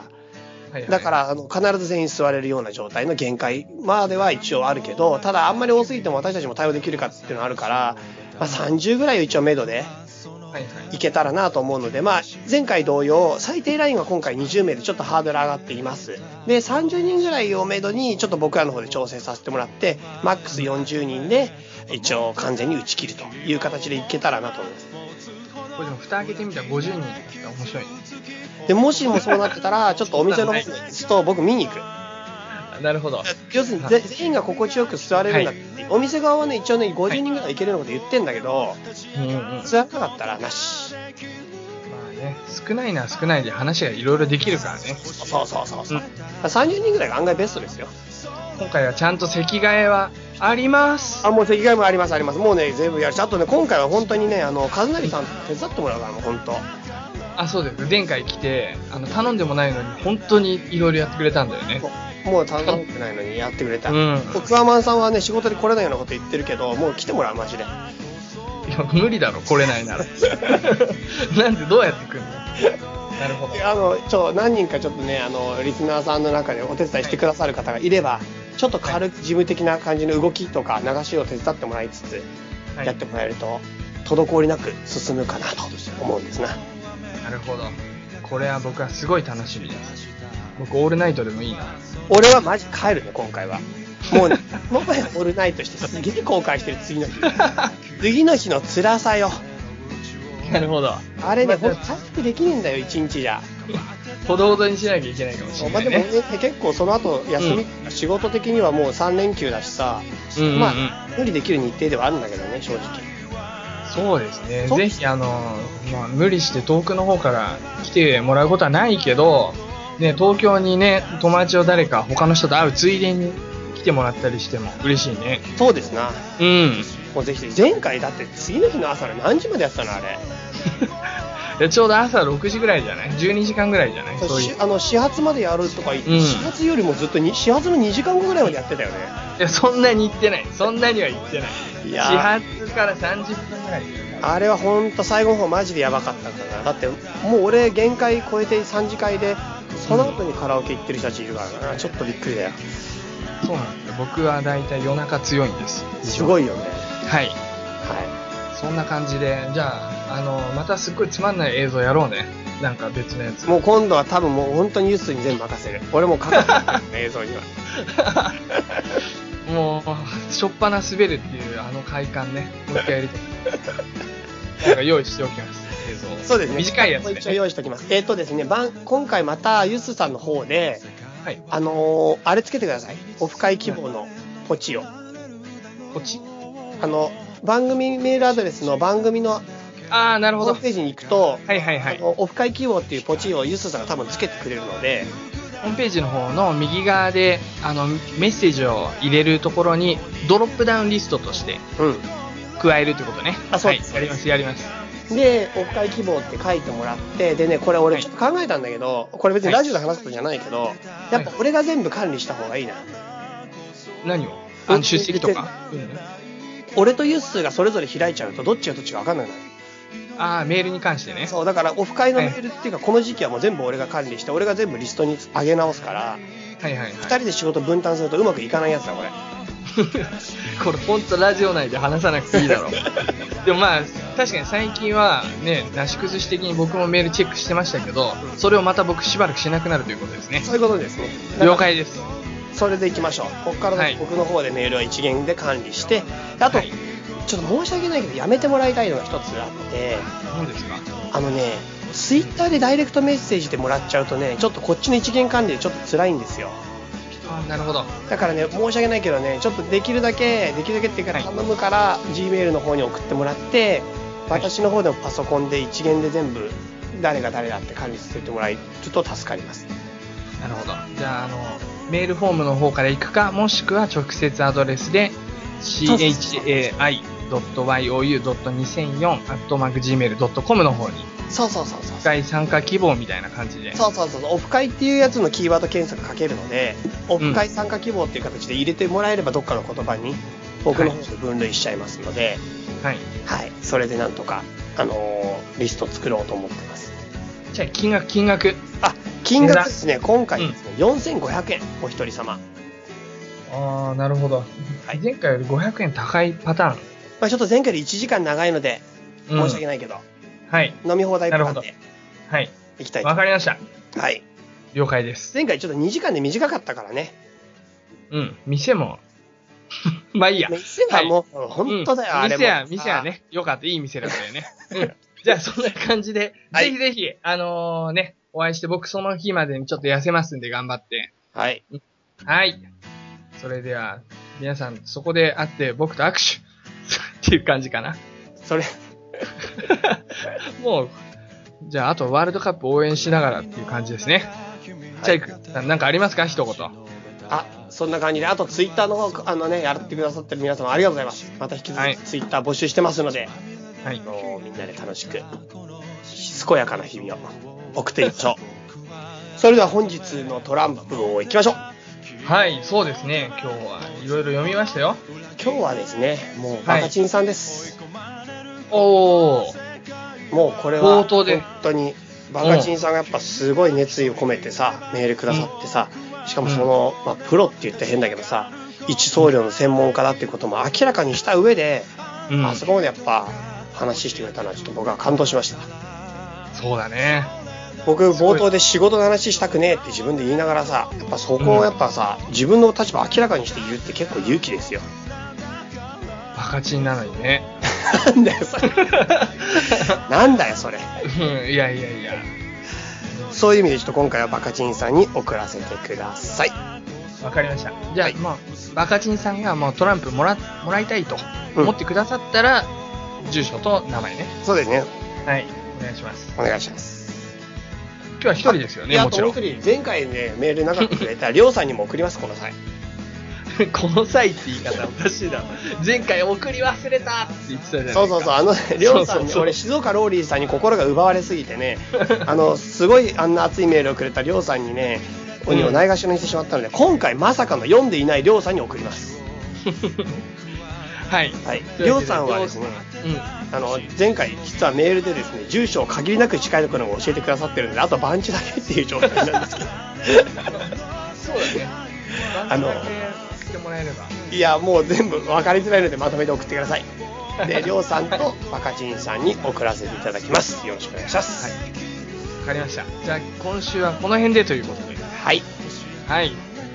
はいはい、だか、らあの必ず全員座れるような状態の限界までは一応あるけど、ただあんまり多すぎても私たちも対応できるかっていうのはあるから、まあ、30ぐらいを一応目処ではいはいいけたらなと思うので、まあ、前回同様、最低ラインは今回20名でちょっとハードル上がっています。で、30人ぐらいをめどに、ちょっと僕らの方で調整させてもらって、マックス40人で、一応完全に打ち切るという形でいけたらなと思います。これでも蓋開けてみたら50人だったら面白いねで、もしもそうなってたら、ちょっとお店の方に行くと僕見に行く。なるほど [laughs] 要するにぜ全員が心地よく座れるんだって、お店側はね、一応ね、50人ぐらい行けるようなこと言ってんだけど、うんうんま座らなかったらなし。あね少ないな少ないで話がいろいろできるからねそうそうそうそうう。ん30人ぐらいが案外ベストですよ。今回はちゃんと席替えはありますあもう席替えもありますありますもうね全部やるしあとね今回は本当にねあの和成さん手伝ってもらうからもう本当あそうです前回来てあの頼んでもないのに本当にいろいろやってくれたんだよねもう頼んでないのにやってくれた、うんクワマンさんはね仕事で来れないようなこと言ってるけどもう来てもらうマジでいや無理だろ来れないな [laughs] らなんでどうやって来るのなるほどあのちょ何人かちょっとねあのリスナーさんの中でお手伝いしてくださる方がいればちょっと軽く事務的な感じの動きとか流しを手伝ってもらいつつはいやってもらえると滞りなく進むかなと思うんですな、なるほどこれは僕はすごい楽しみです僕オールナイトでもいいな俺はマジ帰るね今回はも [laughs] うねもはやオールナイトしてすげえ後悔してる次の日次の日の辛さよなるほどあれねまほあんと回復できねえんだよ一日じゃ、ほどほどにしなきゃいけないかもしれまなあいでもねね、結構その後休み、仕事的にはもう3連休だしさ、うんうんうんまあ無理できる日程ではあるんだけどね正直そうですねそうぜひあの、まあ、無理して遠くの方から来てもらうことはないけど、ね、東京にね友達を誰か他の人と会うついでに来てもらったりしても嬉しいねそうですな [laughs] うんもうぜひ前回だって次の日の朝の何時までやってたのあれでちょうど朝6時ぐらいじゃない12時間ぐらいじゃないそういしうあの始発までやるとか言って、うん始発よりもずっとに始発の2時間後ぐらいまでやってたよねいやそんなに行ってないそんなには行ってないい始や発から30分ぐらいあれは本当最後の方マジでやばかったんだなだってもう俺限界超えて3次会でその後にカラオケ行ってる人たちいるからなちょっとびっくりだよそうなんですよ僕は大体夜中強いんですすごいよねはいはそんな感じで、じゃあ、あの、またすっごいつまんない映像やろうね。なんか別のやつ。いもう今度は多分もう本当にユースに全部任せる俺もうかかってる [laughs] 映像には [laughs] もう、しょっぱな滑るっていうあの快感ね。もう一回やりた [laughs] い。なんか用意しておきます。映像を [laughs] そうですね短いやつもう一応ね。用意しておきますえっ、とですね晩今回またユースさんの方ではい。あのーあれつけてくださいオフ会希望のポチをこっちあの番組メールアドレスの番組のああ、なるほホーどム。ページに行くとはいはいはあい。ホのオフ会希望っていうポチをユースさんが多分つけてくれるので、ームページの方の右側で、あの、メッセージを入れるところに、ドロップダウンリストとしてう加えるってことね。あそうはでい。すやります、やります。ん、でオフ会希望って書いてもらってでねこれは俺いちょっと考えたんだけど、これ別にラジオで話すことじゃないけど、やっぱ俺が全部管理した方がいいな、何をあうんの出席とか。うん俺とユッスーがそれぞれ開いちゃうとどっちがどっちか分かんなくなるああ、メールに関してね。そうだからオフ会のメールっていうかこの時期はもう全部俺が管理して俺が全部リストに上げ直すからはいはいはい。 2人で仕事分担するとうまくいかないやつだこれ [laughs] これほんとラジオ内で話さなくていいだろう。[laughs] でもまあ、確かに最近はね、出し崩し的に僕もメールチェックしてましたけど、それをまた僕しばらくしなくなるということですね。そういうことですね了解です。それでいきましょうここからはいの僕の方でメールは一元で管理してあと、はいちょっと申し訳ないけどやめてもらいたいのが一つあって何ですかあのねツイッターでダイレクトメッセージでもらっちゃうとねちょっとこっちの一元管理でちょっと辛いんですよあなるほど。だからね申し訳ないけどねちょっとできるだけできるだけっていうかはい頼むから Gmail の方に送ってもらってはい私の方でもパソコンで一元で全部誰が誰だって管理しててもらえると助かりますなるほど。じゃあ、あの、メールフォームの方から行くか、もしくは直接アドレスで、そうそう chai.you.2004.gmail.com の方に、そうそうそうそう一回参加希望みたいな感じで。そうそうそうそうオフ会っていうやつのキーワード検索かけるのでオフ会参加希望っていう形で入れてもらえればどっかの言葉に僕の方で分類しちゃいますので、はい。はいそれでなんとか、あのーリスト作ろうと思ってますじゃあ、金額、金額。あ金額ですね今回ですね、4500円お一人様、ああ、なるほど。はい前回より500円高いパターン。まあ、ちょっと前回より1時間長いので申し訳ない。ないけど、はい。飲み放題プランなるではい。いきたいわとかりました。はい了解です。前回ちょっと2時間で短かったからねうん。店も、 [laughs] まあいいや。店はもう、本当だよ、うんあれも店は、店はね、よかった。いい店だったよ [laughs] ね。うんじゃあ、そんな感じで、はいぜひぜひ、あのーね、お会いして、僕その日までにちょっと痩せますんで、頑張って。はいはい。それでは、皆さん、そこで会って、僕と握手 [laughs] っていう感じかな。それ [laughs] もう、じゃあ、あとワールドカップ応援しながらっていう感じですね。チャイクさん、なんかありますか一言。あそんな感じで、あとツイッターの方、あのね、やってくださってる皆様ありがとうございます。また引き続はいきツイッター募集してますので、はいあ。のみんなで楽しく、健やかな日々を送っていきましょう。それでは本日のトランプをいきましょう。はい、そうですね。今日はいろいろ読みましたよ。今日はですね、もうはバいカチンさんです。おー。もうこれは冒頭本で当にバカチンさんがやっぱすごい熱意を込めてさメールくださってさしかもその、まあ、プロって言って変だけどさ一僧侶の専門家だっていうことも明らかにした上で、うんあそこまでやっぱ話してくれたのはちょっと僕は感動しましたそうだね。僕冒頭で仕事の話したくねえって自分で言いながらさやっぱそこをやっぱさ、自分の立場を明らかにして言うって結構勇 [laughs] 気ですよバカチンなのにね。なんだよそれなんだよそれうんいやいやいや。そういう意味でちょっと今回はバカチンさんに送らせてくださいわかりました。じゃあ、もう、バカチンさんがもうトランプもら、もらいたいとうん思ってくださったら、住所と名前ね。そうですね。はい。お願いします。お願いします。今日は一人ですよいね、や、ももちちろん。ころん。前回ね、メール長くくれた、りょうさんにも送ります、この際。 [laughs] の際って言い方おかしいだろ。前回送り忘れたって言ってたじゃないですそか。うそうそう、あの、りょうさんそうに、そう俺、静岡ローリーさんに心が奪われすぎて [laughs] ね、あの、すごいあんな熱いメールをくれたりょうさんにね、鬼をないがしろにしてしまったので、今回まさかの読んでいないりょうさんに送ります。はい。 [laughs] はいと。りいうょわうけさんはですね、うん。あの、前回、実はメールでですね、住所を限りなく近いところを教えてくださってるんで、あと番地だけっていう状態なん [laughs] ですけど。そうだね。あの番組だけ送ってもらえれば。いやもう全部分かりづらいのでまとめて送ってくだ [laughs] さいでりょうさんとバカチンさんに送らせていただきますよろしくお願いしますはい。わかりました。じゃあ、今週はこの辺でということで。はい、はい。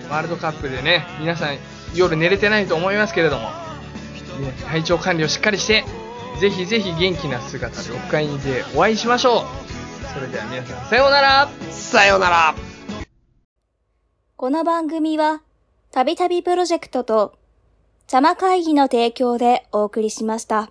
ワールドカップでね、皆さん夜寝れてないと思いますけれども、ね体調管理をしっかりして、ぜひぜひ元気な姿でオフ会にてお会いしましょう。それでは皆さん、さようならさようならこの番組は、たびたびプロジェクトと、茶間会議の提供でお送りしました。